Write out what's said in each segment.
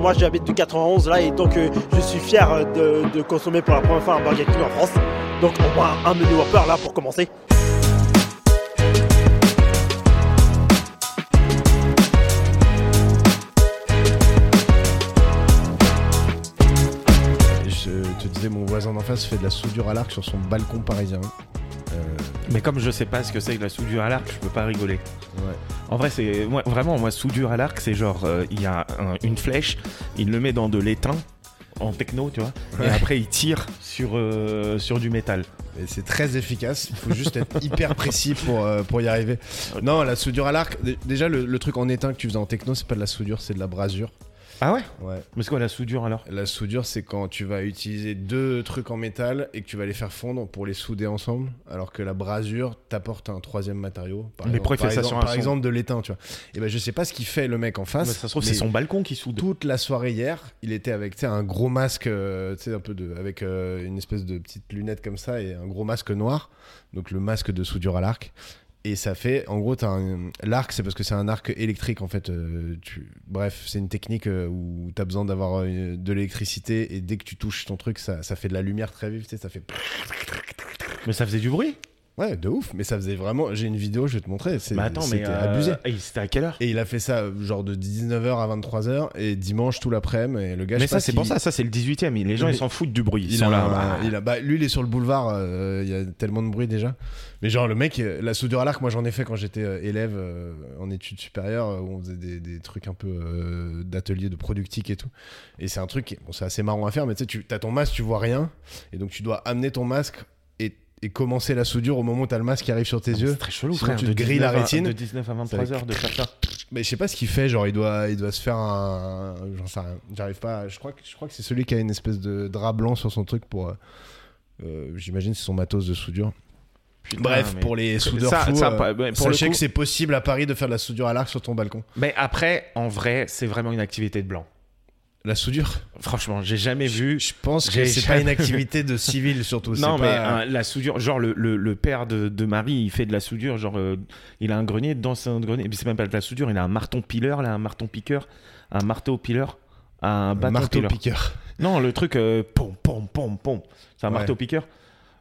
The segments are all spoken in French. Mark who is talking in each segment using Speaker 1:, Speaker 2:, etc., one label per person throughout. Speaker 1: moi j'habite du 91 là et donc euh, je suis fier euh, de, de consommer pour la première fois un Burger King en France. Donc on prend un, un menu Whopper là pour commencer.
Speaker 2: Je te disais, mon voisin d'en face fait de la soudure à l'arc sur son balcon parisien. Euh,
Speaker 3: Mais comme je sais pas ce que c'est que la soudure à l'arc, je peux pas rigoler.
Speaker 2: ouais.
Speaker 3: En vrai, c'est moi, vraiment moi soudure à l'arc, c'est genre euh, il y a un- une flèche, il le met dans de l'étain en techno, tu vois, et après il tire sur euh, sur du métal.
Speaker 2: Et c'est très efficace. Il faut juste être hyper précis pour, euh, pour y arriver. Non, la soudure à l'arc. d- Déjà, le, le truc en étain que tu faisais en techno, c'est pas de la soudure, c'est de la brasure.
Speaker 3: Ah ouais
Speaker 2: Ouais.
Speaker 3: Mais c'est quoi la soudure alors
Speaker 2: La soudure, c'est quand tu vas utiliser deux trucs en métal et que tu vas les faire fondre pour les souder ensemble, alors que la brasure t'apporte un troisième matériau. Par
Speaker 3: Mais
Speaker 2: exemple,
Speaker 3: pourquoi il
Speaker 2: par
Speaker 3: fait ça
Speaker 2: exemple-
Speaker 3: sur un
Speaker 2: par
Speaker 3: son
Speaker 2: exemple de l'étain, tu vois. Et ben, je sais pas ce qu'il fait le mec en
Speaker 3: Mais
Speaker 2: face.
Speaker 3: Ça se trouve
Speaker 2: mais
Speaker 3: c'est son balcon qui soude.
Speaker 2: Toute la soirée hier, il était avec tu sais, un gros masque, euh, tu sais, un peu de, avec euh, une espèce de petite lunette comme ça et un gros masque noir, donc le masque de soudure à l'arc. Et ça fait, en gros, t'as un- l'arc, c'est parce que c'est un arc électrique en fait. euh, tu- bref, c'est une technique euh, où t'as besoin d'avoir euh, de l'électricité et dès que tu touches ton truc, ça, ça fait de la lumière très vive, tu sais, ça fait.
Speaker 3: Mais ça faisait du bruit.
Speaker 2: Ouais, de ouf, mais ça faisait vraiment. J'ai une vidéo, je vais te montrer. c'est-
Speaker 3: Mais attends, mais
Speaker 2: c'était
Speaker 3: euh,
Speaker 2: abusé.
Speaker 3: et c'était à quelle heure
Speaker 2: Et il a fait ça euh, genre de 19h à 23h et dimanche tout l'après-midi. Et le gars, je
Speaker 3: Mais
Speaker 2: sais
Speaker 3: ça
Speaker 2: pas
Speaker 3: c'est
Speaker 2: s'il-
Speaker 3: pour ça, ça c'est le 18ème. Les gens
Speaker 2: Mais-
Speaker 3: ils s'en foutent du bruit. Ils
Speaker 2: Il
Speaker 3: sont
Speaker 2: a,
Speaker 3: là.
Speaker 2: un-
Speaker 3: bah,
Speaker 2: il a- bah, lui, il est sur le boulevard. euh, Il y a tellement de bruit déjà. Mais genre, le mec, euh, la soudure à l'arc, moi j'en ai fait quand j'étais euh, élève euh, en études supérieures euh, où on faisait des, des trucs un peu euh, d'atelier de productique et tout. Et c'est un truc, qui- bon, c'est assez marrant à faire, mais tu sais, tu as ton masque, tu vois rien. Et donc, tu dois amener ton masque et, et commencer la soudure au moment où tu as le masque qui arrive sur tes yeux.
Speaker 3: Ah, C'est très chelou,
Speaker 2: Sinon,
Speaker 3: frère.
Speaker 2: tu
Speaker 3: de
Speaker 2: te grilles la
Speaker 3: 19 à-
Speaker 2: rétine.
Speaker 3: De 19 à 23
Speaker 2: Avec-
Speaker 3: heures de faire ça.
Speaker 2: Mais je sais pas ce qu'il fait, genre il doit, il doit se faire un. J'en sais rien, j'arrive pas. à- Je crois que, je crois que c'est celui qui a une espèce de drap blanc sur son truc pour. euh, euh, J'imagine c'est son matos de soudure.
Speaker 3: Putain,
Speaker 2: Bref,
Speaker 3: Ah, mais-
Speaker 2: pour les soudeurs
Speaker 3: ça,
Speaker 2: fous,
Speaker 3: ça,
Speaker 2: euh,
Speaker 3: pas- ouais, pour le
Speaker 2: sachez
Speaker 3: coup-
Speaker 2: que c'est possible à Paris de faire de la soudure à l'arc sur ton balcon.
Speaker 3: Mais après, en vrai, c'est vraiment une activité de blanc.
Speaker 2: La soudure
Speaker 3: Franchement, j'ai jamais vu.
Speaker 2: Je pense que
Speaker 3: J'ai
Speaker 2: c'est pas
Speaker 3: jamais-
Speaker 2: une activité de civil surtout. c'est
Speaker 3: Non, mais
Speaker 2: pas-
Speaker 3: hein, la soudure, genre le, le- le père de, de Marie, il fait de la soudure, genre euh, il a un grenier, dans son grenier, et puis c'est même pas de la soudure, il a un marton pileur, là, un marton piqueur, un marteau pileur, un
Speaker 2: un
Speaker 3: bâton
Speaker 2: marteau
Speaker 3: pileur.
Speaker 2: piqueur.
Speaker 3: Non, le truc, euh, pom, pom, pom, pom. C'est un
Speaker 2: Ouais.
Speaker 3: marteau piqueur.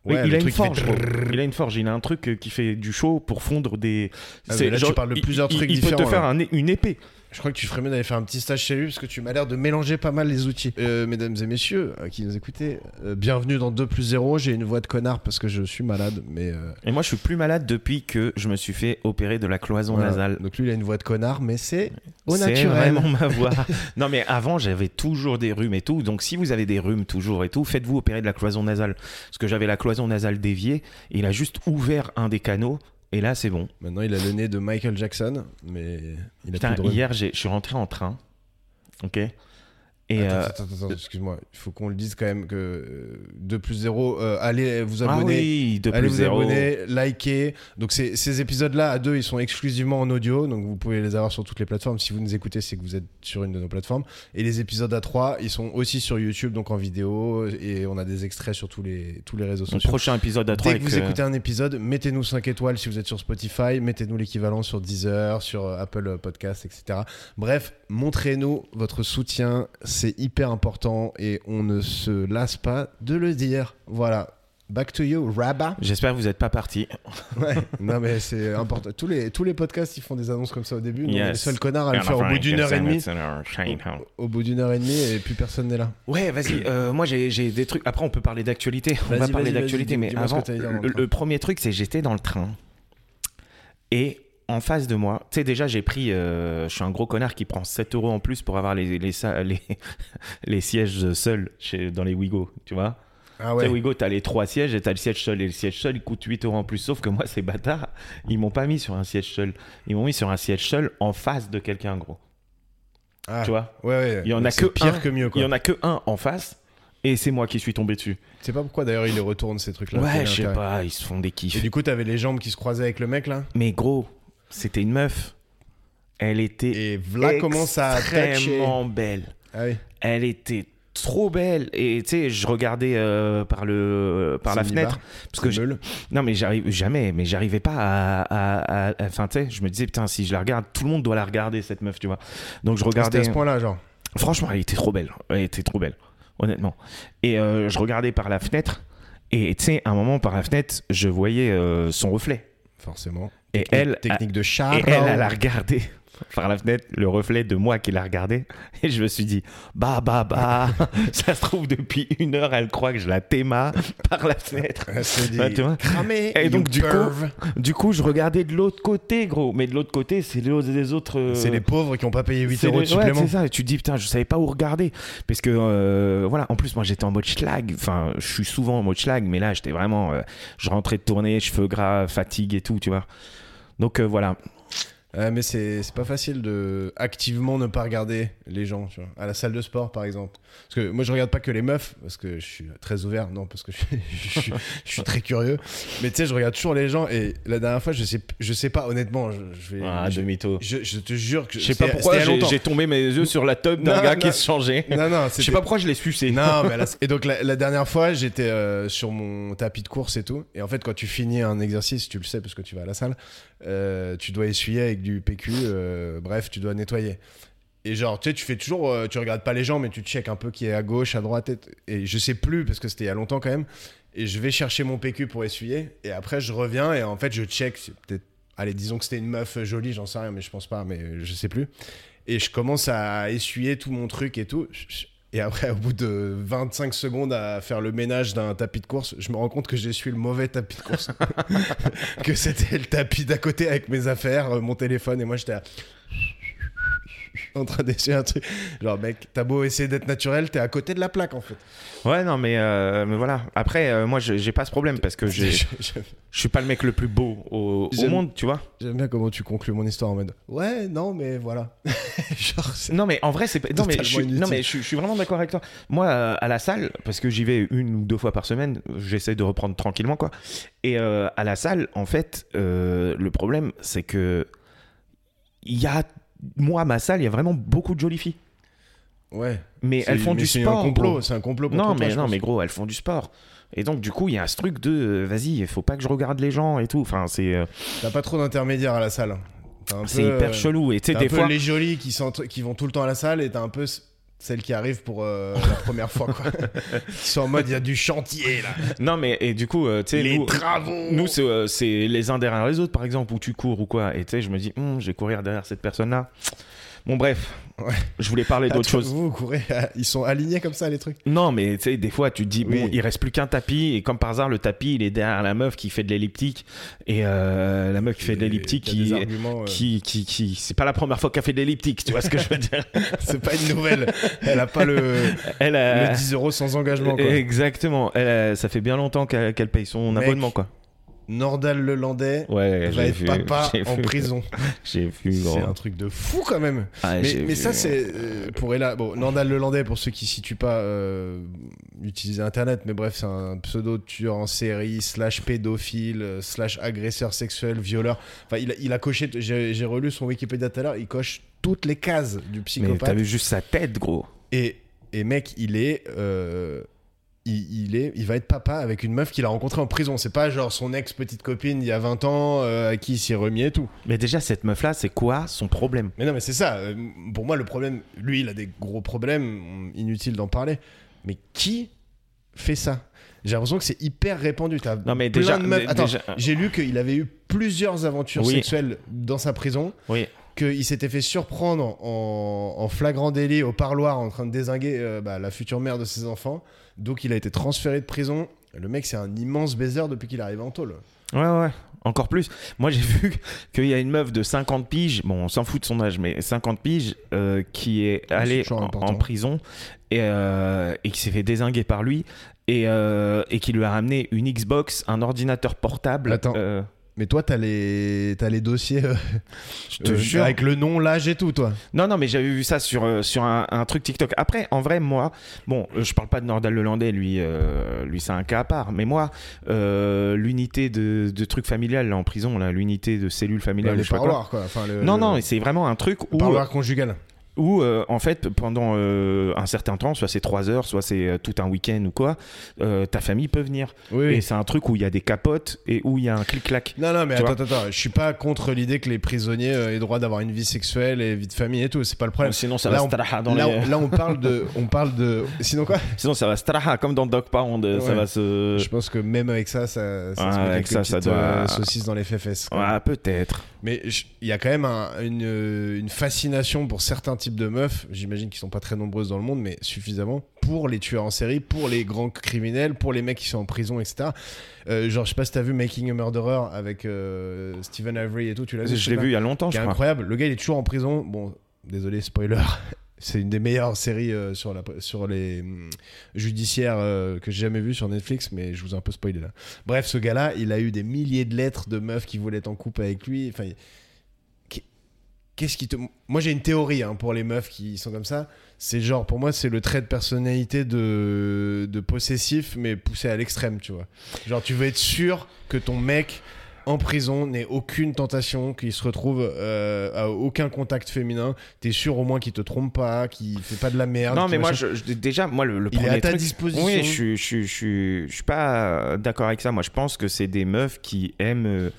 Speaker 3: Oui,
Speaker 2: Ouais,
Speaker 3: il
Speaker 2: le
Speaker 3: a une
Speaker 2: truc qui fait
Speaker 3: forge. gros. Il a une forge. Il a un truc euh, qui fait du chaud pour fondre des.
Speaker 2: Ah, mais là, tu parles de
Speaker 3: il-
Speaker 2: plusieurs
Speaker 3: il-
Speaker 2: trucs
Speaker 3: Il peut te
Speaker 2: différents,
Speaker 3: faire
Speaker 2: là.
Speaker 3: un é- une épée.
Speaker 2: Je crois que tu ferais mieux d'aller faire un petit stage chez lui parce que tu m'as l'air de mélanger pas mal les outils. Euh, mesdames et messieurs euh, qui nous écoutez, euh, bienvenue dans 2 plus 0. J'ai une voix de connard parce que je suis malade, mais. euh,
Speaker 3: Et moi, je suis plus malade depuis que je me suis fait opérer de la cloison
Speaker 2: voilà.
Speaker 3: nasale.
Speaker 2: Donc lui, il a une voix de connard, mais c'est au
Speaker 3: C'est
Speaker 2: naturel.
Speaker 3: vraiment ma voix. non, mais avant, j'avais toujours des rhumes et tout. Donc, si vous avez des rhumes toujours et tout, faites-vous opérer de la cloison nasale. Parce que j'avais la cloison nasale déviée. Et il a juste ouvert un des canaux. Et là, c'est bon.
Speaker 2: Maintenant, il a le nez de Michael Jackson, mais il a
Speaker 3: Putain,
Speaker 2: plus de rhume.
Speaker 3: hier, j'ai- je suis rentré en train. Ok. Et
Speaker 2: attends,
Speaker 3: euh,
Speaker 2: attends, attends, attends, excuse-moi. Il faut qu'on le dise quand même que euh, 2 plus 0, euh, allez vous
Speaker 3: Ah
Speaker 2: abonner.
Speaker 3: oui, de
Speaker 2: Allez
Speaker 3: plus
Speaker 2: vous
Speaker 3: zéro.
Speaker 2: abonner, liker. Donc ces, ces épisodes-là à deux, ils sont exclusivement en audio, donc vous pouvez les avoir sur toutes les plateformes. Si vous nous écoutez, c'est que vous êtes sur une de nos plateformes. Et les épisodes à trois, ils sont aussi sur YouTube, donc en vidéo, et on a des extraits sur tous les, tous les réseaux
Speaker 3: Mon
Speaker 2: sociaux.
Speaker 3: prochain épisode à euh, 3
Speaker 2: Dès que vous écoutez un épisode, mettez-nous 5 étoiles si vous êtes sur Spotify, mettez-nous l'équivalent sur Deezer, sur euh, Apple Podcast, etc. Bref, montrez-nous votre soutien, c'est hyper important et on ne se lasse pas de le dire. Voilà. Back to you, Rabat.
Speaker 3: J'espère que vous n'êtes pas parti.
Speaker 2: Ouais, non mais c'est important. Tous les, tous les podcasts, ils font des annonces comme ça au début. Nous, on est les
Speaker 3: Yes.
Speaker 2: seuls connards à le faire au bout d'une heure et demie. Au bout d'une heure et demie et plus personne n'est là.
Speaker 3: Ouais, vas-y. euh, moi, j'ai j'ai des trucs. Après, on peut parler d'actualité. On
Speaker 2: Vas-y,
Speaker 3: va
Speaker 2: vas-y,
Speaker 3: parler
Speaker 2: vas-y,
Speaker 3: d'actualité,
Speaker 2: dis-
Speaker 3: mais
Speaker 2: dis-moi ce
Speaker 3: avant,
Speaker 2: que t'allais dire dans le
Speaker 3: le,
Speaker 2: train.
Speaker 3: le premier truc, c'est j'étais dans le train et en face de moi, tu sais, déjà, j'ai pris. euh, je suis un gros connard qui prend 7 euros en plus pour avoir les, les, sa- les, les sièges seuls chez, dans les Wigo, tu vois.
Speaker 2: Ah
Speaker 3: Tu sais, Wigo, t'as les trois sièges et t'as le siège seul. Et le siège seul, il coûte 8 euros en plus. Sauf que moi, ces bâtards, ils m'ont pas mis sur un siège seul. Ils m'ont mis sur un siège seul en face de quelqu'un, gros.
Speaker 2: Ah,
Speaker 3: Tu vois
Speaker 2: ouais, ouais.
Speaker 3: Il y en a
Speaker 2: C'est
Speaker 3: que
Speaker 2: pire
Speaker 3: un.
Speaker 2: que mieux.
Speaker 3: Il
Speaker 2: Quoi.
Speaker 3: y en a que un en face. Et c'est moi qui suis tombé dessus.
Speaker 2: Je sais pas pourquoi d'ailleurs ils les retournent ces trucs-là. Quel
Speaker 3: ouais,
Speaker 2: est
Speaker 3: je sais
Speaker 2: l'intérêt
Speaker 3: pas, ils se font des
Speaker 2: Et
Speaker 3: kiffs.
Speaker 2: du coup, t'avais les jambes qui se croisaient avec le mec là.
Speaker 3: Mais gros, c'était une meuf. Elle était
Speaker 2: Et voilà comment ça a touché.
Speaker 3: extrêmement belle.
Speaker 2: Ah oui.
Speaker 3: Elle était trop belle. Et tu sais, je regardais euh, par, le, par la
Speaker 2: C'est
Speaker 3: fenêtre. Parce que
Speaker 2: C'est
Speaker 3: je-
Speaker 2: meule.
Speaker 3: Non, mais j'arrive jamais, mais j'arrivais pas à. à- à- à- Enfin, tu sais, je me disais, putain, si je la regarde, tout le monde doit la regarder, cette meuf, tu vois. Donc je
Speaker 2: C'était à
Speaker 3: regardais.
Speaker 2: ce point-là, genre.
Speaker 3: Franchement, elle était trop belle. Elle était trop belle, honnêtement. Et euh, je regardais par la fenêtre. Et tu sais, à un moment, par la fenêtre, je voyais euh, son reflet.
Speaker 2: forcément.
Speaker 3: Et elle,
Speaker 2: technique de char.
Speaker 3: et elle, elle a regardé par la fenêtre le reflet de moi qui la regardait. Et je me suis dit, bah, bah, bah, ça se trouve, depuis une heure, elle croit que je la théma par la fenêtre.
Speaker 2: Elle se dit,
Speaker 3: Bah, tu vois
Speaker 2: cramé,
Speaker 3: Et donc,
Speaker 2: you
Speaker 3: du coup,
Speaker 2: perv.
Speaker 3: Du coup, je regardais de l'autre côté, gros. Mais de l'autre côté, c'est les autres. les autres, euh,
Speaker 2: c'est les pauvres qui n'ont pas payé 8
Speaker 3: c'est
Speaker 2: euros
Speaker 3: les-
Speaker 2: de
Speaker 3: ouais,
Speaker 2: supplément.
Speaker 3: c'est ça. Et tu te dis, putain, je savais pas où regarder. Parce que, euh, voilà, en plus, moi, j'étais en mode schlag. Enfin, je suis souvent en mode schlag, mais là, j'étais vraiment. euh, je rentrais de tournée, cheveux gras, fatigue et tout, tu vois. Donc, euh, voilà.
Speaker 2: Ouais, Euh, mais c'est c'est pas facile de activement ne pas regarder les gens, tu vois. À la salle de sport, par exemple. Parce que moi, je regarde pas que les meufs, parce que je suis très ouvert, non, parce que je suis, je suis- je suis très curieux. Mais tu sais, je regarde toujours les gens, et la dernière fois, je sais, je sais pas, honnêtement, je, je vais.
Speaker 3: Ah,
Speaker 2: je,
Speaker 3: demi-taux.
Speaker 2: je- je te jure que
Speaker 3: Je sais pas
Speaker 2: c'est-
Speaker 3: pourquoi
Speaker 2: c'était il y a
Speaker 3: j'ai
Speaker 2: longtemps.
Speaker 3: j'ai tombé mes yeux sur la tube
Speaker 2: Non,
Speaker 3: d'un gars
Speaker 2: non.
Speaker 3: qui se changeait.
Speaker 2: Non, non,
Speaker 3: Je
Speaker 2: c'était-
Speaker 3: sais pas pourquoi je l'ai sucé.
Speaker 2: Non, mais à la- et donc la, la dernière fois, j'étais euh, sur mon tapis de course et tout. Et en fait, quand tu finis un exercice, tu le sais parce que tu vas à la salle, euh, tu dois essuyer avec du PQ. euh, bref, tu dois nettoyer. Et genre, tu sais, tu fais toujours, euh, tu regardes pas les gens, mais tu checkes un peu qui est à gauche, à droite. Et, et je sais plus parce que c'était il y a longtemps quand même. Et je vais chercher mon PQ pour essuyer. Et après, je reviens et en fait, je check. c'est Peut-être, allez, disons que c'était une meuf euh, jolie, j'en sais rien, mais je pense pas, mais je sais plus. Et je commence à essuyer tout mon truc et tout. Et après, au bout de 25 secondes à faire le ménage d'un tapis de course, je me rends compte que j'ai suivi le mauvais tapis de course. que c'était le tapis d'à côté avec mes affaires, euh, mon téléphone, et moi j'étais à- en train d'essayer un truc. Genre, mec, t'as beau essayer d'être naturel, t'es à côté de la plaque en fait.
Speaker 3: Ouais, non, mais, euh, mais voilà. Après, euh, moi, je- j'ai pas ce problème parce que j'ai-
Speaker 2: J'aime-
Speaker 3: je suis pas le mec le plus beau au, au
Speaker 2: J'aime-
Speaker 3: monde, tu vois.
Speaker 2: J'aime bien comment tu conclus mon histoire en mode Ouais, non, mais voilà. Genre, c'est-
Speaker 3: Non mais en vrai c'est pas- non mais je
Speaker 2: Totalement
Speaker 3: suis,
Speaker 2: inutile.
Speaker 3: non mais je, suis- je suis vraiment d'accord avec toi. Moi euh, à la salle parce que j'y vais une ou deux fois par semaine, j'essaie de reprendre tranquillement quoi. Et euh, à la salle en fait euh, le problème c'est que il y a moi à ma salle il y a vraiment beaucoup de jolies filles.
Speaker 2: ouais.
Speaker 3: Mais
Speaker 2: C'est-
Speaker 3: elles font du
Speaker 2: c'est
Speaker 3: sport.
Speaker 2: un complot,
Speaker 3: gros.
Speaker 2: c'est un complot contre
Speaker 3: Non
Speaker 2: toi,
Speaker 3: mais
Speaker 2: je
Speaker 3: non
Speaker 2: pense.
Speaker 3: mais gros elles font du sport. Et donc du coup il y a ce truc de euh, vas-y il faut pas que je regarde les gens et tout. Enfin c'est euh,
Speaker 2: T'as pas trop d'intermédiaires à la salle. T'as un
Speaker 3: c'est
Speaker 2: peu,
Speaker 3: hyper
Speaker 2: euh,
Speaker 3: chelou et tu sais
Speaker 2: T'as
Speaker 3: des
Speaker 2: un peu
Speaker 3: fois
Speaker 2: les jolies qui, sont, qui vont tout le temps à la salle et t'as un peu c- celles qui arrivent pour euh, la première fois quoi. Qui sont en mode il y a du chantier là,
Speaker 3: non mais et du coup euh, tu sais
Speaker 2: les
Speaker 3: nous-
Speaker 2: travaux.
Speaker 3: Nous, c'est euh, c'est les uns derrière les autres, par exemple, où tu cours ou quoi. Et tu sais, je me dis, Hum, je vais courir derrière cette personne-là. Bon, bref,
Speaker 2: Ouais.
Speaker 3: je voulais parler d'autre
Speaker 2: Attends,
Speaker 3: chose.
Speaker 2: Vous, vous courez, à- ils sont alignés comme ça les trucs.
Speaker 3: Non, mais tu sais, des fois, tu te dis,
Speaker 2: Oui.
Speaker 3: bon, il reste plus qu'un tapis. Et comme par hasard, le tapis, il est derrière la meuf qui fait de l'elliptique. Et euh, la meuf qui fait de l'elliptique,
Speaker 2: Il y a des
Speaker 3: qui,
Speaker 2: arguments, euh,
Speaker 3: qui, qui, qui- c'est pas la première fois qu'elle fait de l'elliptique, tu vois ce que je veux dire.
Speaker 2: C'est pas une nouvelle. Elle a pas le,
Speaker 3: Elle a.
Speaker 2: le 10 euros sans engagement quoi.
Speaker 3: Eh. Exactement, Elle a- ça fait bien longtemps qu'elle qu'elle paye son
Speaker 2: Mec.
Speaker 3: abonnement quoi.
Speaker 2: Nordal le Landais
Speaker 3: Ouais,
Speaker 2: va
Speaker 3: j'ai
Speaker 2: être
Speaker 3: vu.
Speaker 2: papa
Speaker 3: j'ai
Speaker 2: en
Speaker 3: vu,
Speaker 2: prison.
Speaker 3: J'ai vu, gros.
Speaker 2: C'est un truc de fou quand même.
Speaker 3: Ah,
Speaker 2: Mais,
Speaker 3: j'ai
Speaker 2: mais
Speaker 3: vu.
Speaker 2: ça, c'est euh, pour Ella. Bon, Nandal Lelandais, pour ceux qui ne situent pas, euh, utiliser Internet, mais bref, c'est un pseudo tueur en série, slash pédophile, euh, slash agresseur sexuel, violeur. Enfin, il a, il a coché, j'ai j'ai relu son Wikipédia tout à l'heure, il coche toutes les cases du
Speaker 3: Mais t'as
Speaker 2: psychopathe.
Speaker 3: vu juste sa tête, gros.
Speaker 2: Et, et mec, il est. euh, il, il est, il va être papa avec une meuf qu'il a rencontrée en prison. C'est pas genre son ex-petite copine il y a 20 ans euh, à qui il s'est remis et tout.
Speaker 3: Mais déjà, cette meuf-là, c'est quoi son problème
Speaker 2: Mais non, mais c'est ça. Euh, Pour moi, le problème, lui, il a des gros problèmes. Inutile d'en parler. Mais qui fait ça J'ai l'impression que c'est hyper répandu. T'as
Speaker 3: Non, mais
Speaker 2: plein
Speaker 3: déjà-
Speaker 2: de meufs-
Speaker 3: dé-
Speaker 2: Attends,
Speaker 3: déjà-
Speaker 2: j'ai lu qu'il avait eu plusieurs aventures
Speaker 3: Oui.
Speaker 2: sexuelles dans sa prison.
Speaker 3: Oui.
Speaker 2: Qu'il s'était fait surprendre en, en flagrant délit au parloir en train de désinguer euh, bah, la future mère de ses enfants. Donc, il a été transféré de prison. Le mec, c'est un immense baiser depuis qu'il arrive en tôle.
Speaker 3: Ouais, ouais. Encore plus. Moi, j'ai vu qu'il y a une meuf de 50 piges. Bon, on s'en fout de son âge, mais 50 piges euh, qui est allée
Speaker 2: toujours
Speaker 3: en,
Speaker 2: important.
Speaker 3: en prison et, euh, et qui s'est fait désinguer par lui et, euh, et qui lui a ramené une Xbox, un ordinateur portable.
Speaker 2: Attends.
Speaker 3: Euh,
Speaker 2: Mais toi, t'as les, t'as les dossiers euh,
Speaker 3: je te
Speaker 2: euh,
Speaker 3: jure.
Speaker 2: avec le nom, l'âge et tout, toi.
Speaker 3: Non, non, mais j'avais vu ça sur, euh, sur un, un truc TikTok. Après, en vrai, moi, bon, euh, je parle pas de Nordal Lelandais, lui, euh, lui c'est un cas à part. Mais moi, euh, l'unité de, de truc familial là, en prison, là, l'unité de cellule familiale,
Speaker 2: les
Speaker 3: je sais pas quoi.
Speaker 2: parloirs, quoi. Enfin, le,
Speaker 3: Non,
Speaker 2: le-
Speaker 3: non, mais c'est vraiment un truc
Speaker 2: le
Speaker 3: où.
Speaker 2: parloir conjugal.
Speaker 3: où euh, en fait pendant euh, un certain temps, soit c'est 3 heures, soit c'est euh, tout un week-end ou quoi, euh, ta famille peut venir.
Speaker 2: Oui, oui.
Speaker 3: Et c'est un truc où il y a des capotes et où il y a un clic-clac.
Speaker 2: Non, non, mais
Speaker 3: Tu
Speaker 2: attends, attends, attends, je suis pas contre l'idée que les prisonniers euh, aient droit d'avoir une vie sexuelle et vie de famille et tout, c'est pas le problème.
Speaker 3: Sinon ça
Speaker 2: Là,
Speaker 3: va
Speaker 2: on-
Speaker 3: straha dans
Speaker 2: là,
Speaker 3: les-
Speaker 2: on, là, on parle de, on parle de, sinon quoi
Speaker 3: Sinon ça va straha comme dans Dog Pound, euh, ça
Speaker 2: Ouais.
Speaker 3: va se
Speaker 2: Je pense que même avec ça, ça, ça se
Speaker 3: Ouais,
Speaker 2: met quelques
Speaker 3: avec ça, ça
Speaker 2: petites, euh,
Speaker 3: doit-
Speaker 2: saucisses dans les fesses. quoi.
Speaker 3: Ouais, Ah, peut-être.
Speaker 2: Mais je- il y a quand même un- une, euh, une fascination pour certains types de meufs, j'imagine qu'ils sont pas très nombreuses dans le monde, mais suffisamment, pour les tueurs en série, pour les grands criminels, pour les mecs qui sont en prison, etc. Euh, genre, je sais pas si t'as vu Making a Murderer avec euh, Stephen Avery et tout, tu l'as vu
Speaker 3: Je l'ai
Speaker 2: celui-là
Speaker 3: vu il y a longtemps,
Speaker 2: qui
Speaker 3: je
Speaker 2: est
Speaker 3: crois.
Speaker 2: incroyable. Le gars, il est toujours en prison. Bon, désolé, spoiler. C'est une des meilleures séries euh, sur, la, sur les hum, judiciaires euh, que j'ai jamais vues sur Netflix, mais je vous ai un peu spoilé là. Bref, ce gars-là, il a eu des milliers de lettres de meufs qui voulaient être en couple avec lui. Enfin, il- qu'est- qu'est-ce qui te. Moi, j'ai une théorie hein, pour les meufs qui sont comme ça. C'est genre, pour moi, c'est le trait de personnalité de, de possessif, mais poussé à l'extrême, tu vois. Genre, tu veux être sûr que ton mec en prison n'ait aucune tentation, qu'il se retrouve euh, à aucun contact féminin. T'es sûr au moins qu'il te trompe pas, qu'il fait pas de la merde.
Speaker 3: Non,
Speaker 2: qu'il
Speaker 3: mais moi,
Speaker 2: machin.
Speaker 3: je- je- déjà, moi, le, le
Speaker 2: Il est
Speaker 3: premier
Speaker 2: à ta
Speaker 3: truc-
Speaker 2: disposition.
Speaker 3: Oui, je, suis- je, suis- je, suis- je suis pas euh, d'accord avec ça. Moi, je pense que c'est des meufs qui aiment euh,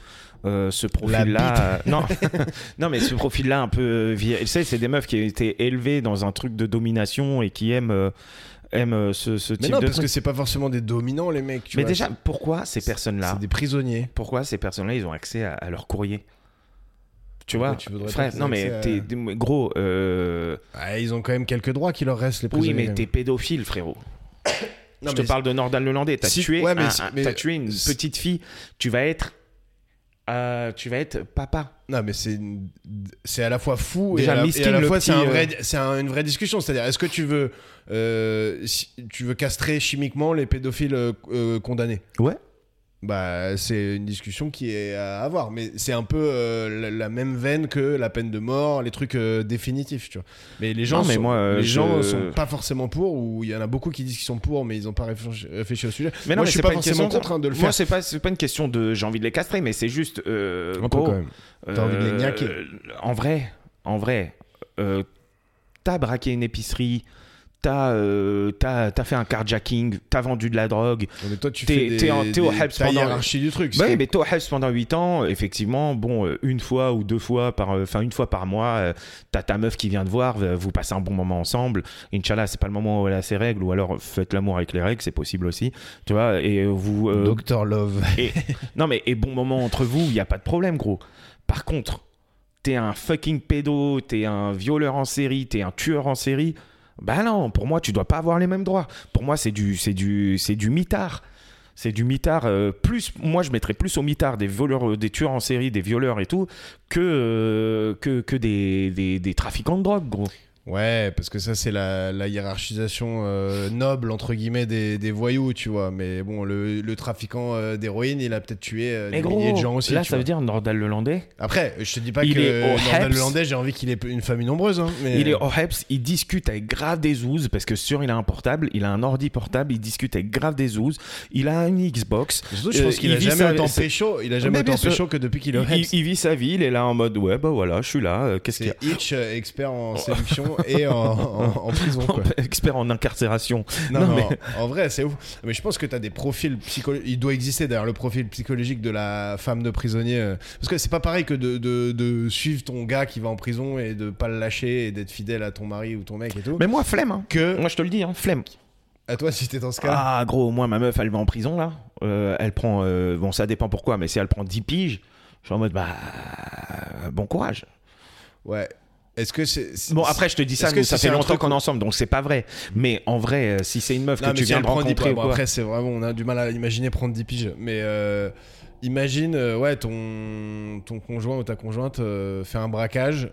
Speaker 3: euh, ce profil-là. euh, non. non, mais ce profil-là un peu euh, viril. Tu sais, c'est des meufs qui ont été élevées dans un truc de domination et qui aiment, euh, aiment euh, ce, ce type
Speaker 2: Mais non,
Speaker 3: de
Speaker 2: parce que
Speaker 3: truc.
Speaker 2: c'est pas forcément des dominants, les mecs. tu
Speaker 3: Mais
Speaker 2: vois.
Speaker 3: déjà, pourquoi ces personnes-là
Speaker 2: c'est des prisonniers.
Speaker 3: pourquoi ces personnes-là, ils ont accès à, à leur courrier tu vois,
Speaker 2: Pourquoi tu voudrais pas
Speaker 3: frère,
Speaker 2: qu'ils aient
Speaker 3: non mais
Speaker 2: accès
Speaker 3: t'es-
Speaker 2: à-
Speaker 3: t'es- gros, euh,
Speaker 2: Ah, ils ont quand même quelques droits qui leur restent, les
Speaker 3: oui
Speaker 2: prisonniers.
Speaker 3: mais
Speaker 2: quand
Speaker 3: t'es
Speaker 2: même.
Speaker 3: pédophile, frérot.
Speaker 2: Non,
Speaker 3: je te
Speaker 2: mais-
Speaker 3: parle de Nordal Le Landais. T'as
Speaker 2: Si-
Speaker 3: tué,
Speaker 2: ouais, mais
Speaker 3: un-
Speaker 2: si-
Speaker 3: un-
Speaker 2: mais-
Speaker 3: t'as tué une
Speaker 2: si-
Speaker 3: petite fille. Tu vas être, euh, tu vas être papa.
Speaker 2: Non, mais c'est une- c'est à la fois fou
Speaker 3: Déjà,
Speaker 2: et à la,
Speaker 3: miskin,
Speaker 2: et à la
Speaker 3: le
Speaker 2: fois c'est
Speaker 3: petit, euh.
Speaker 2: un vrai- c'est un- une vraie discussion. C'est-à-dire, est-ce que tu veux euh, si- tu veux castrer chimiquement les pédophiles euh, euh, condamnés
Speaker 3: Ouais.
Speaker 2: Bah, c'est une discussion qui est à avoir, mais c'est un peu euh, la, la même veine que la peine de mort, les trucs euh, définitifs, tu vois. Mais les gens,
Speaker 3: Non, mais
Speaker 2: sont,
Speaker 3: moi, euh,
Speaker 2: les gens
Speaker 3: je-
Speaker 2: sont pas forcément pour, ou il y en a beaucoup qui disent qu'ils sont pour, mais ils n'ont pas réfléchi, réfléchi au sujet.
Speaker 3: Mais
Speaker 2: moi, je
Speaker 3: mais
Speaker 2: suis
Speaker 3: c'est
Speaker 2: pas,
Speaker 3: une
Speaker 2: forcément
Speaker 3: question
Speaker 2: contraint de le
Speaker 3: Moi,
Speaker 2: faire.
Speaker 3: c'est pas, c'est pas une question de j'ai envie de les castrer, mais c'est juste. euh,
Speaker 2: Un peu
Speaker 3: gros, euh,
Speaker 2: quand même. T'as envie de les niaquer.
Speaker 3: En vrai, en vrai, euh, t'as braqué une épicerie, t'as euh, t'as- t'as fait un carjacking, t'as vendu de la drogue.
Speaker 2: Mais toi, tu
Speaker 3: t'es-
Speaker 2: fais des,
Speaker 3: t'es en- t'es au
Speaker 2: des-
Speaker 3: Helps
Speaker 2: ta
Speaker 3: pendant-
Speaker 2: hiérarchie du truc.
Speaker 3: Bah
Speaker 2: c'est-
Speaker 3: oui, mais toi, Helps, pendant 8 ans, euh, effectivement, bon, euh, une fois ou deux fois par, euh, enfin une fois par mois, euh, t'as ta meuf qui vient te voir, euh, vous passez un bon moment ensemble. Inch'Allah, c'est pas le moment où elle a ses règles, ou alors faites l'amour avec les règles, c'est possible aussi, tu vois. Et vous, euh,
Speaker 2: Docteur Love.
Speaker 3: et, non mais et bon moment entre vous, il y a pas de problème, gros. Par contre, t'es un fucking pédo, t'es un violeur en série, t'es un tueur en série. Bah non, pour moi, tu dois pas avoir les mêmes droits. Pour moi, c'est du, c'est du, c'est du mitard. C'est du mitard euh, plus. Moi, je mettrais plus au mitard des voleurs, euh, des tueurs en série, des violeurs et tout, que euh, que, que des, des, des trafiquants de drogue, gros.
Speaker 2: Ouais, parce que ça, c'est la, la hiérarchisation euh, noble, entre guillemets, des, des voyous, tu vois. Mais bon, le, le trafiquant euh, d'héroïne, il a peut-être tué euh,
Speaker 3: Mais
Speaker 2: des
Speaker 3: gros,
Speaker 2: milliers de gens aussi.
Speaker 3: là,
Speaker 2: tu
Speaker 3: ça veut
Speaker 2: vois.
Speaker 3: dire Nordal le Landais.
Speaker 2: Après, je te dis pas
Speaker 3: Il
Speaker 2: que
Speaker 3: est au
Speaker 2: Nordal
Speaker 3: Heps.
Speaker 2: Hollandais, j'ai envie qu'il ait une famille nombreuse. hein, mais...
Speaker 3: Il est au Heps, il discute avec grave des ouzes parce que sûr il a un portable, il a un ordi portable, il discute avec grave des ouzes, il a une Xbox.
Speaker 2: Surtout, je
Speaker 3: Euh,
Speaker 2: pense qu'il
Speaker 3: il
Speaker 2: a
Speaker 3: vit
Speaker 2: jamais
Speaker 3: sa-
Speaker 2: autant
Speaker 3: c'est-
Speaker 2: pécho, il a jamais
Speaker 3: Mais
Speaker 2: autant
Speaker 3: bien sûr.
Speaker 2: pécho que depuis qu'il est au
Speaker 3: Il,
Speaker 2: Heps.
Speaker 3: il vit sa vie, il est là en mode ouais bah voilà, je suis là, euh, qu'est-ce qu'il y a
Speaker 2: C'est Hitch, euh, expert en séduction et en, en- en prison, quoi.
Speaker 3: Expert en incarcération.
Speaker 2: Non,
Speaker 3: Non,
Speaker 2: non, en vrai, c'est ouf. Mais je pense que tu as des profils psychologiques. Il doit exister d'ailleurs le profil psychologique de la femme de prisonnier. euh, Parce que c'est pas pareil que de, de- de suivre ton gars qui va en prison et de pas le lâcher et d'être fidèle à ton mari ou ton mec et tout.
Speaker 3: Mais moi flemme, hein.
Speaker 2: Que
Speaker 3: moi je te le dis, hein, flemme.
Speaker 2: à toi, si t'es dans ce cas-là.
Speaker 3: Ah gros, moi ma meuf elle va en prison là, Euh, elle prend, euh, bon ça dépend pourquoi, mais si elle prend 10 piges, je suis en mode bah euh, bon courage.
Speaker 2: Ouais. Est-ce que c'est. c'est-
Speaker 3: Bon après je te dis
Speaker 2: Est-ce
Speaker 3: ça,
Speaker 2: que
Speaker 3: nous,
Speaker 2: si
Speaker 3: ça
Speaker 2: c'est
Speaker 3: fait
Speaker 2: un
Speaker 3: longtemps
Speaker 2: truc-
Speaker 3: qu'on est ensemble, donc c'est pas vrai. Mais en vrai, euh, si c'est une meuf
Speaker 2: Non,
Speaker 3: que
Speaker 2: mais
Speaker 3: tu
Speaker 2: si
Speaker 3: viens
Speaker 2: elle
Speaker 3: de
Speaker 2: prend 10
Speaker 3: rencontrer,
Speaker 2: piges,
Speaker 3: ou
Speaker 2: bon,
Speaker 3: quoi.
Speaker 2: après, c'est vraiment, on a du mal à imaginer prendre 10 piges. Mais euh, imagine, euh, ouais, ton, ton conjoint ou ta conjointe euh, fait un braquage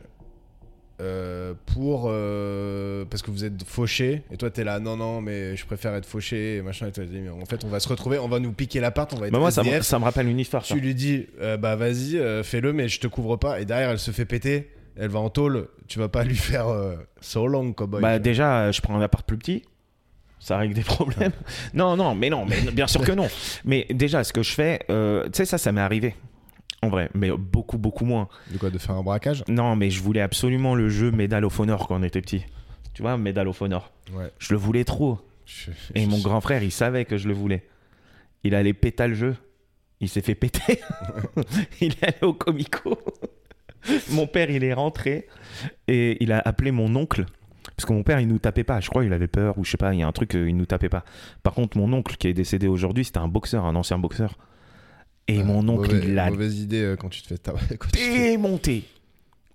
Speaker 2: euh, pour. euh, parce que vous êtes fauché. Et toi, t'es là, non, non, mais je préfère être fauché. Et machin, et toi, t'es, mais en fait, on va se retrouver, on va nous piquer l'appart, on va être
Speaker 3: Bah, moi ça, me-
Speaker 2: SDF.
Speaker 3: ça me rappelle une histoire. ça.
Speaker 2: Tu lui dis, euh, bah vas-y, euh, fais-le, mais je te couvre pas. Et derrière, elle se fait péter. Elle va en tôle. Tu vas pas lui faire euh, so long, cowboy.
Speaker 3: Bah déjà, euh, je prends un appart plus petit. Ça règle des problèmes. non, non, mais non, mais bien sûr que non. Mais déjà, ce que je fais, euh, tu sais, ça, ça m'est arrivé. en vrai, mais beaucoup, beaucoup moins.
Speaker 2: De quoi De faire un braquage
Speaker 3: Non, mais je voulais absolument le jeu Medal of Honor quand on était petit. Tu vois, Medal of Honor.
Speaker 2: Ouais.
Speaker 3: Je le voulais trop.
Speaker 2: Je-
Speaker 3: Et
Speaker 2: je-
Speaker 3: mon grand frère, il savait que je le voulais. Il allait péter le jeu. Il s'est fait péter. il est allé au Comico. mon père, il est rentré et il a appelé mon oncle. Parce que mon père, il nous tapait pas. Je crois il avait peur ou je sais pas. Il y a un truc, euh, il nous tapait pas. Par contre, mon oncle qui est décédé aujourd'hui, c'était un boxeur, un ancien boxeur. Et
Speaker 2: Ouais,
Speaker 3: mon oncle,
Speaker 2: mauvais-
Speaker 3: il l'a
Speaker 2: Mauvaise idée euh, quand tu te fais tabac. quand tu te fais-
Speaker 3: démonté.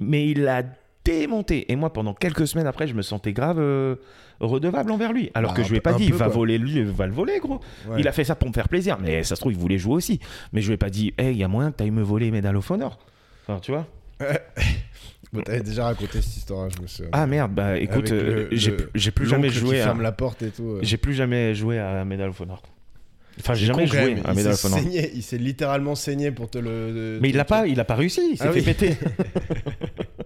Speaker 3: Mais il l'a démonté. Et moi, pendant quelques semaines après, je me sentais grave euh, redevable envers lui. Alors
Speaker 2: Bah,
Speaker 3: que
Speaker 2: un
Speaker 3: je lui ai
Speaker 2: peu-
Speaker 3: pas
Speaker 2: un
Speaker 3: dit,
Speaker 2: peu,
Speaker 3: va
Speaker 2: quoi.
Speaker 3: voler lui, va le voler, gros.
Speaker 2: Ouais.
Speaker 3: Il a fait ça pour me faire plaisir. Mais ça se trouve, il voulait jouer aussi. Mais je lui ai pas dit, hey, il y a moyen que t'ailles me voler Medal of Honor. Enfin, tu vois.
Speaker 2: Bon, T'avais déjà raconté cette histoire, hein, je me souviens.
Speaker 3: Ah merde, bah écoute,
Speaker 2: Avec le-
Speaker 3: euh, j'ai
Speaker 2: le-
Speaker 3: plus- j'ai plus
Speaker 2: L'oncle
Speaker 3: jamais
Speaker 2: qui
Speaker 3: joué à.
Speaker 2: ferme la porte et tout. euh.
Speaker 3: J'ai plus jamais joué à Medal of Honor. Enfin, j'ai
Speaker 2: C'est
Speaker 3: jamais
Speaker 2: con, quand
Speaker 3: joué
Speaker 2: même,
Speaker 3: à
Speaker 2: il
Speaker 3: Medal of
Speaker 2: s'est
Speaker 3: Honor.
Speaker 2: saigné, Il s'est littéralement saigné pour te le. de-
Speaker 3: Mais
Speaker 2: te-
Speaker 3: il l'a pas, il a pas réussi. Il s'est
Speaker 2: Ah
Speaker 3: fait
Speaker 2: oui.
Speaker 3: péter.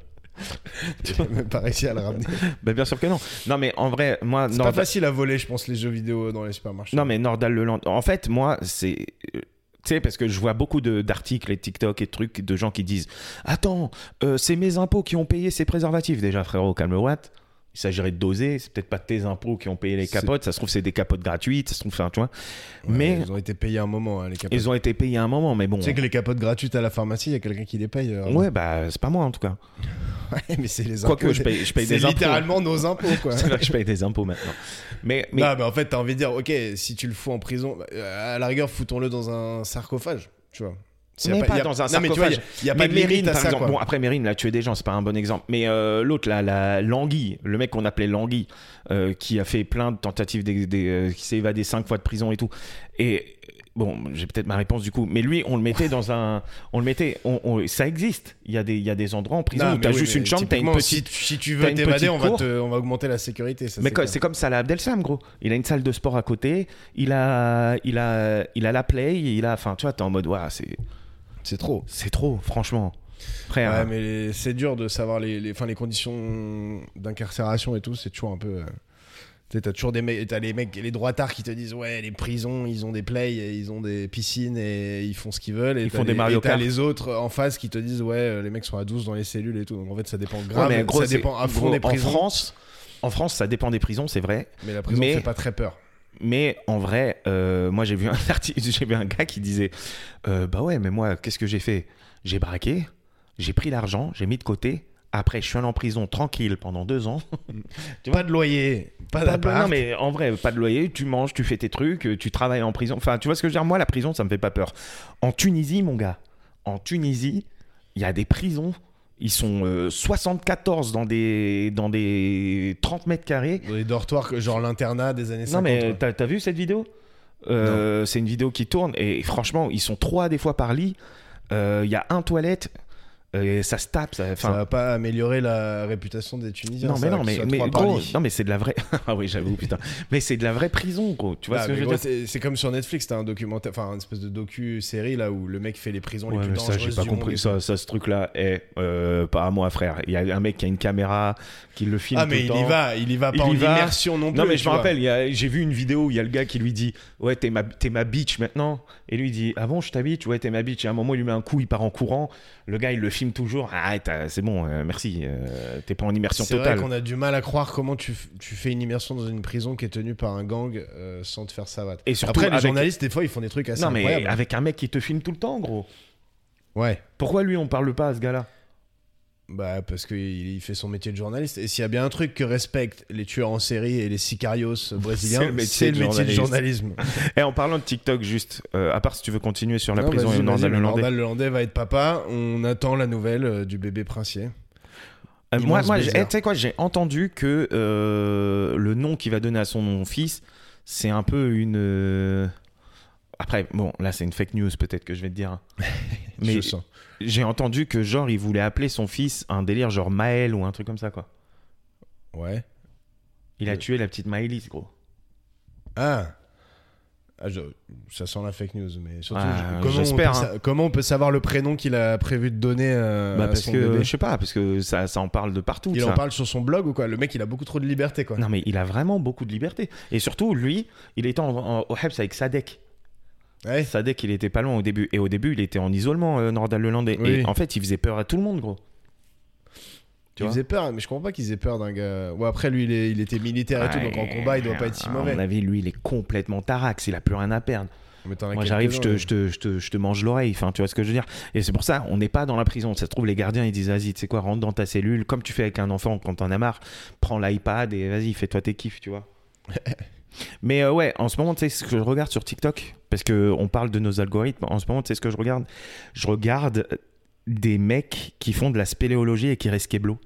Speaker 2: J'ai même pas réussi à le ramener.
Speaker 3: Bah, bien sûr que non. Non mais en vrai, moi,
Speaker 2: C'est
Speaker 3: non,
Speaker 2: pas
Speaker 3: bah-
Speaker 2: facile à voler, je pense, les jeux vidéo dans les supermarchés.
Speaker 3: Non, mais Nordal Leland. En fait, moi, c'est. euh, Tu sais, parce que je vois beaucoup de- d'articles et de TikTok et de trucs de gens qui disent Attends, euh, c'est mes impôts qui ont payé ces préservatifs. Déjà, frérot, calme watt Il s'agirait de doser. C'est peut-être pas tes impôts qui ont payé les
Speaker 2: C'est-
Speaker 3: capotes. Ça se trouve, c'est des capotes gratuites. Ça se trouve, enfin, tu vois.
Speaker 2: Ouais,
Speaker 3: mais
Speaker 2: Ils ont été payés un moment, hein, les capotes.
Speaker 3: ils ont été payés à un moment. Mais bon.
Speaker 2: Tu sais que les capotes gratuites à la pharmacie, il y a quelqu'un qui les paye. euh,
Speaker 3: Ouais, bah, c'est pas moi en tout cas.
Speaker 2: Ouais, mais c'est les impôts.
Speaker 3: Quoique, je paye, je paye
Speaker 2: C'est
Speaker 3: des impôts.
Speaker 2: littéralement nos impôts, quoi.
Speaker 3: C'est vrai que je paye des impôts maintenant. Mais, mais
Speaker 2: Non, mais Bah, en fait, t'as envie de dire, ok, si tu le fous en prison, bah, euh, à la rigueur, foutons-le dans un sarcophage, tu vois. S'il y a
Speaker 3: Mais pas
Speaker 2: il y a-
Speaker 3: dans un
Speaker 2: Non, mais tu vois, il y a- il y a pas
Speaker 3: mais
Speaker 2: de
Speaker 3: Mérine,
Speaker 2: limite à
Speaker 3: par
Speaker 2: ça,
Speaker 3: exemple.
Speaker 2: quoi.
Speaker 3: Bon, après Mérine, là, tué des gens, c'est pas un bon exemple. Mais euh, l'autre, là, la Languille, le mec qu'on appelait Languille, euh, qui a fait plein de tentatives, d'ex- des- euh, qui s'est évadé cinq fois de prison et tout. Et bon, j'ai peut-être ma réponse du coup. Mais lui, on le mettait dans un, on le mettait, on- on- ça existe. Il y a des, il y a des endroits en prison
Speaker 2: Non,
Speaker 3: où
Speaker 2: mais
Speaker 3: t'as
Speaker 2: oui,
Speaker 3: juste
Speaker 2: mais
Speaker 3: une chambre, t'as une
Speaker 2: typiquement,
Speaker 3: petite.
Speaker 2: Si, si tu
Speaker 3: t'as
Speaker 2: veux
Speaker 3: une
Speaker 2: t'évader,
Speaker 3: petite
Speaker 2: on, va
Speaker 3: cour.
Speaker 2: te- on va augmenter la sécurité. Ça,
Speaker 3: Mais
Speaker 2: c'est
Speaker 3: co-
Speaker 2: clair.
Speaker 3: c'est comme ça la Abdelsam, gros. Il a une salle de sport à côté, il a, il a, il a la play, il a, enfin, tu vois, t'es en mode, ouah, c'est,
Speaker 2: c'est trop.
Speaker 3: c'est trop, franchement. Frère,
Speaker 2: Ouais, mais les- c'est dur de savoir les, les, enfin, les conditions d'incarcération et tout, c'est toujours un peu. euh, tu sais, T'as toujours des mecs, t'as les mecs, les droitards qui te disent ouais les prisons ils ont des plays, et ils ont des piscines et ils font ce qu'ils veulent. Et
Speaker 3: Ils
Speaker 2: t'as
Speaker 3: font des
Speaker 2: les-
Speaker 3: Mario
Speaker 2: et t'as
Speaker 3: Kart.
Speaker 2: les autres en face qui te disent ouais euh, les mecs sont à 12 dans les cellules et tout. Donc en fait ça dépend grave,
Speaker 3: Ouais, mais gros,
Speaker 2: ça
Speaker 3: c'est-
Speaker 2: dépend à fond
Speaker 3: gros,
Speaker 2: des prisons.
Speaker 3: En France, en France, ça dépend des prisons, c'est vrai.
Speaker 2: mais la prison
Speaker 3: mais-
Speaker 2: fait pas très peur.
Speaker 3: Mais en vrai, euh, moi j'ai vu un article, j'ai vu un gars qui disait, Euh, bah ouais, mais moi qu'est-ce que j'ai fait J'ai braqué, j'ai pris l'argent, j'ai mis de côté. Après, je suis allé en prison tranquille pendant deux ans.
Speaker 2: Pas de loyer, pas,
Speaker 3: Pas de-
Speaker 2: d'appart.
Speaker 3: non mais en vrai, pas de loyer, tu manges, tu fais tes trucs, euh, tu travailles en prison. Enfin, tu vois ce que je veux dire Moi, la prison, ça me fait pas peur. En Tunisie, mon gars, en Tunisie, il y a des prisons. Ils sont euh, 74 dans des, dans des 30 mètres carrés.
Speaker 2: Dans les dortoirs que- genre l'internat des années 50.
Speaker 3: Non mais
Speaker 2: quoi.
Speaker 3: t'as t'as vu cette vidéo Euh, C'est une vidéo qui tourne et franchement ils sont trois des fois par lit. Euh, Il y a un toilette et ça se tape. ça-
Speaker 2: ça
Speaker 3: Enfin
Speaker 2: va pas améliorer la réputation des Tunisiens.
Speaker 3: non
Speaker 2: ça,
Speaker 3: mais non
Speaker 2: qu'ils
Speaker 3: mais,
Speaker 2: soient
Speaker 3: mais
Speaker 2: trois par
Speaker 3: gros,
Speaker 2: lit.
Speaker 3: non mais c'est de la vraie. ah oui j'avoue putain. Mais c'est de la vraie prison gros. Tu vois
Speaker 2: Ah,
Speaker 3: ce que
Speaker 2: mais
Speaker 3: je veux
Speaker 2: gros,
Speaker 3: dire
Speaker 2: c'est- C'est comme sur Netflix, t'as un documentaire, enfin une espèce de docu-série là où le mec fait les prisons
Speaker 3: Ouais,
Speaker 2: les plus
Speaker 3: mais ça,
Speaker 2: dangereuses
Speaker 3: j'ai pas
Speaker 2: du monde
Speaker 3: compris
Speaker 2: et
Speaker 3: ça, ça, ce truc-là. Eh, euh, pas à moi, frère. Il y a un mec qui a une caméra, qui le
Speaker 2: tout.
Speaker 3: filme
Speaker 2: Ah
Speaker 3: tout
Speaker 2: mais
Speaker 3: le
Speaker 2: il
Speaker 3: temps.
Speaker 2: y va, il y va
Speaker 3: Il
Speaker 2: pas en
Speaker 3: y va.
Speaker 2: immersion non plus.
Speaker 3: Non mais
Speaker 2: tu
Speaker 3: je me
Speaker 2: vois.
Speaker 3: rappelle, il y a- j'ai vu une vidéo où il y a le gars qui lui dit ouais t'es ma t'es ma bitch maintenant et lui il dit ah bon je t'habite ouais t'es ma bitch et à un moment il lui met un coup il part en courant le gars il le filme toujours arrête ah, c'est bon euh, merci euh, t'es pas en immersion
Speaker 2: C'est vrai
Speaker 3: totale
Speaker 2: qu'on a du mal à croire comment tu, f- tu fais une immersion dans une prison qui est tenue par un gang euh, sans te faire savate.
Speaker 3: Et surtout
Speaker 2: Après les
Speaker 3: avec-
Speaker 2: journalistes des fois ils font des trucs assez
Speaker 3: non mais
Speaker 2: incroyables.
Speaker 3: avec un mec qui te filme tout le temps gros
Speaker 2: Ouais.
Speaker 3: pourquoi lui on parle pas à ce gars là
Speaker 2: Bah parce qu'il il fait son métier de journaliste. Et s'il y a bien un truc que respectent les tueurs en série et les sicarios
Speaker 3: C'est
Speaker 2: brésiliens,
Speaker 3: le métier
Speaker 2: c'est
Speaker 3: de
Speaker 2: le métier de
Speaker 3: journaliste.
Speaker 2: journalisme.
Speaker 3: et Eh, en parlant de TikTok juste euh, à part si tu veux continuer sur la
Speaker 2: Non,
Speaker 3: prison
Speaker 2: vas-y,
Speaker 3: et le
Speaker 2: vas-y,
Speaker 3: Nordal
Speaker 2: le
Speaker 3: Hollandais.
Speaker 2: Nordal Lelandais va être papa. On attend la nouvelle euh, du bébé princier.
Speaker 3: Euh, moi,
Speaker 2: Immense
Speaker 3: moi, j'ai-
Speaker 2: baiser.
Speaker 3: eh, tu sais quoi, j'ai entendu que euh, le nom qu'il va donner à son fils, c'est un peu une. euh, Après, bon, là, c'est une fake news, peut-être que je vais te dire. hein.
Speaker 2: je
Speaker 3: Mais
Speaker 2: sens.
Speaker 3: j'ai entendu que, genre, il voulait appeler son fils un délire, genre Maël ou un truc comme ça, quoi.
Speaker 2: Ouais.
Speaker 3: Il a
Speaker 2: Ouais.
Speaker 3: tué la petite Maëlys, gros.
Speaker 2: Ah, Ah, je- ça sent la fake news, mais surtout,
Speaker 3: Ah,
Speaker 2: je- comment, on peut
Speaker 3: j'espère,
Speaker 2: sa- comment on peut savoir le prénom qu'il a prévu de donner euh,
Speaker 3: Bah,
Speaker 2: à
Speaker 3: parce
Speaker 2: son
Speaker 3: que,
Speaker 2: bébé
Speaker 3: je sais pas, parce que ça, ça en parle de partout.
Speaker 2: Il
Speaker 3: ça.
Speaker 2: en parle sur son blog ou quoi Le mec, il a beaucoup trop de liberté, quoi.
Speaker 3: Non, mais il a vraiment beaucoup de liberté. Et surtout, lui, il était en- en- au Hebs avec Sadek.
Speaker 2: Ouais.
Speaker 3: Sadek, il était pas loin au début. Et au début, il était en isolement, euh, Nordal Le Landais.
Speaker 2: Oui.
Speaker 3: Et en fait, il faisait peur à tout le monde, gros. Tu
Speaker 2: il
Speaker 3: vois
Speaker 2: faisait peur, mais je comprends pas qu'ils aient peur d'un gars. Ouais, après, lui, il, est- il était militaire et tout, donc en combat, il doit pas être si
Speaker 3: À
Speaker 2: mauvais.
Speaker 3: mon avis, lui, il est complètement tarax. Il a plus rien à perdre.
Speaker 2: Mais t'en as
Speaker 3: Moi, j'arrive, je te,
Speaker 2: quelques-uns,
Speaker 3: je, te, je, te, je te mange l'oreille. Enfin, tu vois ce que je veux dire Et c'est pour ça, on n'est pas dans la prison. Ça se trouve, les gardiens, ils disent Vas-y, tu sais quoi, rentre dans ta cellule, comme tu fais avec un enfant quand t'en as marre, prends l'iPad et vas-y, fais-toi tes kiffs, tu vois. Mais euh, ouais, en ce moment, tu sais ce que je regarde sur TikTok, parce qu'on parle de nos algorithmes, en ce moment, tu sais ce que je regarde Je regarde des mecs qui font de la spéléologie et qui restent keblo.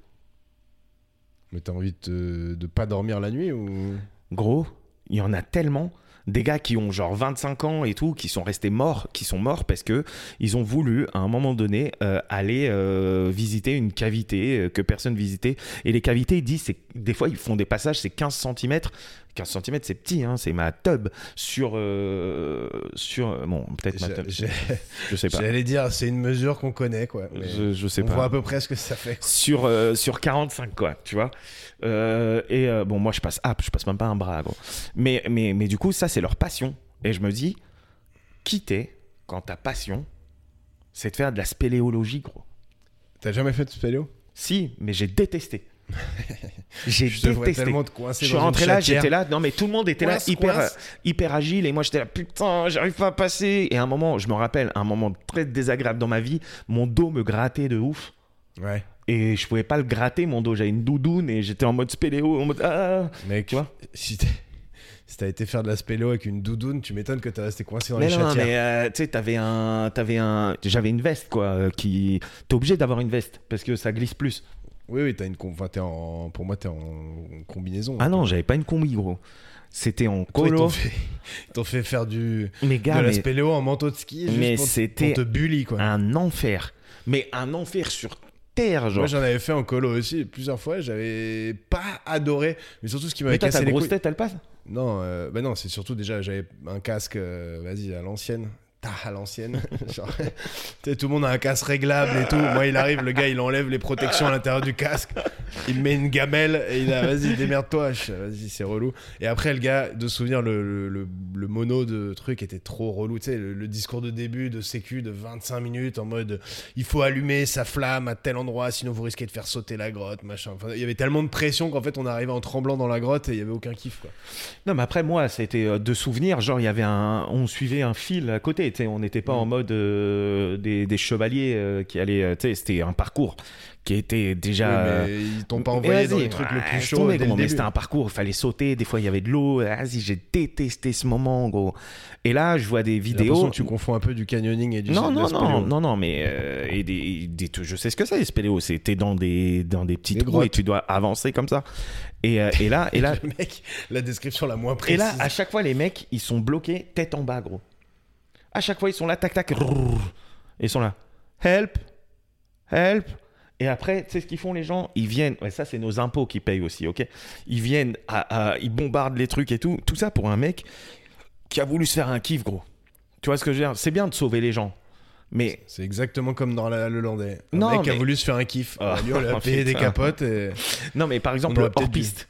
Speaker 2: Mais t'as envie de, te- de pas dormir la nuit ou.
Speaker 3: Gros, il y en a tellement des gars qui ont genre 25 ans et tout, qui sont restés morts, qui sont morts parce que ils ont voulu à un moment donné euh, aller euh, visiter une cavité euh, que personne visitait. Et les cavités, ils disent, c'est- des fois ils font des passages, c'est 15 cm. 15 cm c'est petit, hein, c'est ma tub sur euh, sur bon peut-être ma
Speaker 2: J'ai-
Speaker 3: tub,
Speaker 2: j'ai-
Speaker 3: je sais pas,
Speaker 2: J'allais dire, c'est une mesure qu'on connaît, quoi. mais
Speaker 3: je, je sais
Speaker 2: on
Speaker 3: pas.
Speaker 2: voit à peu près ce que ça fait.
Speaker 3: Sur, euh, sur 45, quoi, tu vois. Euh, et euh, bon, moi, je passe app, je passe même pas un bras, gros. Mais, mais, mais du coup, ça, c'est leur passion. Et je me dis, quitter quand ta passion, c'est de faire de la spéléologie, gros.
Speaker 2: T'as jamais fait de spéléo
Speaker 3: Si, mais j'ai détesté. j'ai
Speaker 2: Je te vois
Speaker 3: détesté.
Speaker 2: tellement te coincer
Speaker 3: Je suis
Speaker 2: dans une
Speaker 3: rentré là,
Speaker 2: chatière.
Speaker 3: j'étais là, non mais tout le monde était
Speaker 2: Coince,
Speaker 3: là hyper,
Speaker 2: coince.
Speaker 3: euh, hyper agile et moi j'étais là putain, j'arrive pas à passer. Et à un moment, je me rappelle, un moment très désagréable dans ma vie, mon dos me grattait de ouf
Speaker 2: Ouais.
Speaker 3: et je pouvais pas le gratter mon dos, j'avais une doudoune et j'étais en mode spéléo, en mode ah.
Speaker 2: Mec,
Speaker 3: Tu vois
Speaker 2: si t'es- si t'as été faire de la spéléo avec une doudoune, tu m'étonnes que t'es resté coincé dans
Speaker 3: Mais
Speaker 2: les
Speaker 3: non,
Speaker 2: chatières.
Speaker 3: mais euh, tu sais, t'avais un, t'avais un, j'avais une veste quoi, euh, qui, t'es obligé d'avoir une veste parce que ça glisse plus.
Speaker 2: Oui, oui, t'as une. com- Enfin, t'es en... Pour moi, t'es en combinaison.
Speaker 3: Ah non, j'avais pas une combi gros, c'était en
Speaker 2: Toi, ils t'ont
Speaker 3: colo.
Speaker 2: fait... ils t'ont fait faire du.
Speaker 3: Mais gars,
Speaker 2: de la
Speaker 3: mais-
Speaker 2: spéléo en manteau de ski. Juste
Speaker 3: mais
Speaker 2: pour te-
Speaker 3: c'était
Speaker 2: Pour te bully, quoi.
Speaker 3: un enfer. Mais un enfer sur terre, genre.
Speaker 2: Moi, j'en avais fait en colo aussi plusieurs fois. J'avais pas adoré. Mais surtout, ce qui
Speaker 3: mais
Speaker 2: m'avait
Speaker 3: toi,
Speaker 2: cassé
Speaker 3: ta
Speaker 2: les
Speaker 3: grosse
Speaker 2: couilles.
Speaker 3: tête, elle passe
Speaker 2: Non, euh, bah non, c'est surtout déjà, j'avais un casque, euh, vas-y, à l'ancienne. Tah, à l'ancienne. Genre, tu sais, tout le monde a un casque réglable et tout. Moi, il arrive, le gars, il enlève les protections à l'intérieur du casque. Il met une gamelle et il a, vas-y, démerde-toi. Je fais, Vas-y, c'est relou. Et après, le gars, de souvenir, le, le, le- le mono de truc était trop relou. Tu sais, le, le discours de début de sécu de 25 minutes en mode, il faut allumer sa flamme à tel endroit, sinon vous risquez de faire sauter la grotte, machin. Enfin, il y avait tellement de pression qu'en fait, on arrivait en tremblant dans la grotte et il y avait aucun kiff, quoi.
Speaker 3: Non, mais après, moi, c'était euh, de souvenirs. Genre, il y avait un. On suivait un fil à côté. tu sais, On n'était pas
Speaker 2: Mm.
Speaker 3: en mode euh, des, des chevaliers euh, qui allaient. euh, tu sais, C'était un parcours qui était déjà.
Speaker 2: Oui,
Speaker 3: euh,
Speaker 2: mais ils t'ont pas
Speaker 3: Mais
Speaker 2: envoyé dans
Speaker 3: vas-y,
Speaker 2: les trucs le
Speaker 3: ouais,
Speaker 2: plus chaud
Speaker 3: tombez,
Speaker 2: dès le
Speaker 3: gros, mais
Speaker 2: début.
Speaker 3: c'était un parcours, il fallait sauter, des fois il y avait de l'eau, vas-y, j'ai détesté ce moment, gros. Et là, je vois des
Speaker 2: J'ai l'impression
Speaker 3: vidéos.
Speaker 2: que tu confonds un peu du canyoning et du
Speaker 3: Non,
Speaker 2: de
Speaker 3: non,
Speaker 2: la spéléo.
Speaker 3: non, non, non, mais euh, et des, et des- je sais ce que c'est, les spéléos. C'est t'es dans des, dans des petits
Speaker 2: Des
Speaker 3: trous
Speaker 2: grottes.
Speaker 3: et tu dois avancer comme ça. Et, euh, et là, et là,
Speaker 2: Le mec, la description la moins
Speaker 3: et
Speaker 2: précise.
Speaker 3: là, à chaque fois, les mecs, ils sont bloqués tête en bas, gros. À chaque fois, ils sont là, tac, tac, rrrr. ils sont là. Help, help. Et après, tu sais ce qu'ils font les gens Ils viennent, ouais, ça c'est nos impôts qui payent aussi, ok Ils viennent, à- à- ils bombardent les trucs et tout. Tout ça pour un mec qui a voulu se faire un kiff, gros. Tu vois ce que je veux dire C'est bien de sauver les gens. Mais
Speaker 2: C'est exactement comme dans la, le Landais. Un
Speaker 3: Non,
Speaker 2: mec qui a
Speaker 3: mais-
Speaker 2: voulu se faire un kiff.
Speaker 3: Ah,
Speaker 2: On lui, on lui a
Speaker 3: oh,
Speaker 2: payé des
Speaker 3: putain.
Speaker 2: capotes et.
Speaker 3: Non, mais par
Speaker 2: On
Speaker 3: exemple, le
Speaker 2: aurait peut-être
Speaker 3: hors-piste.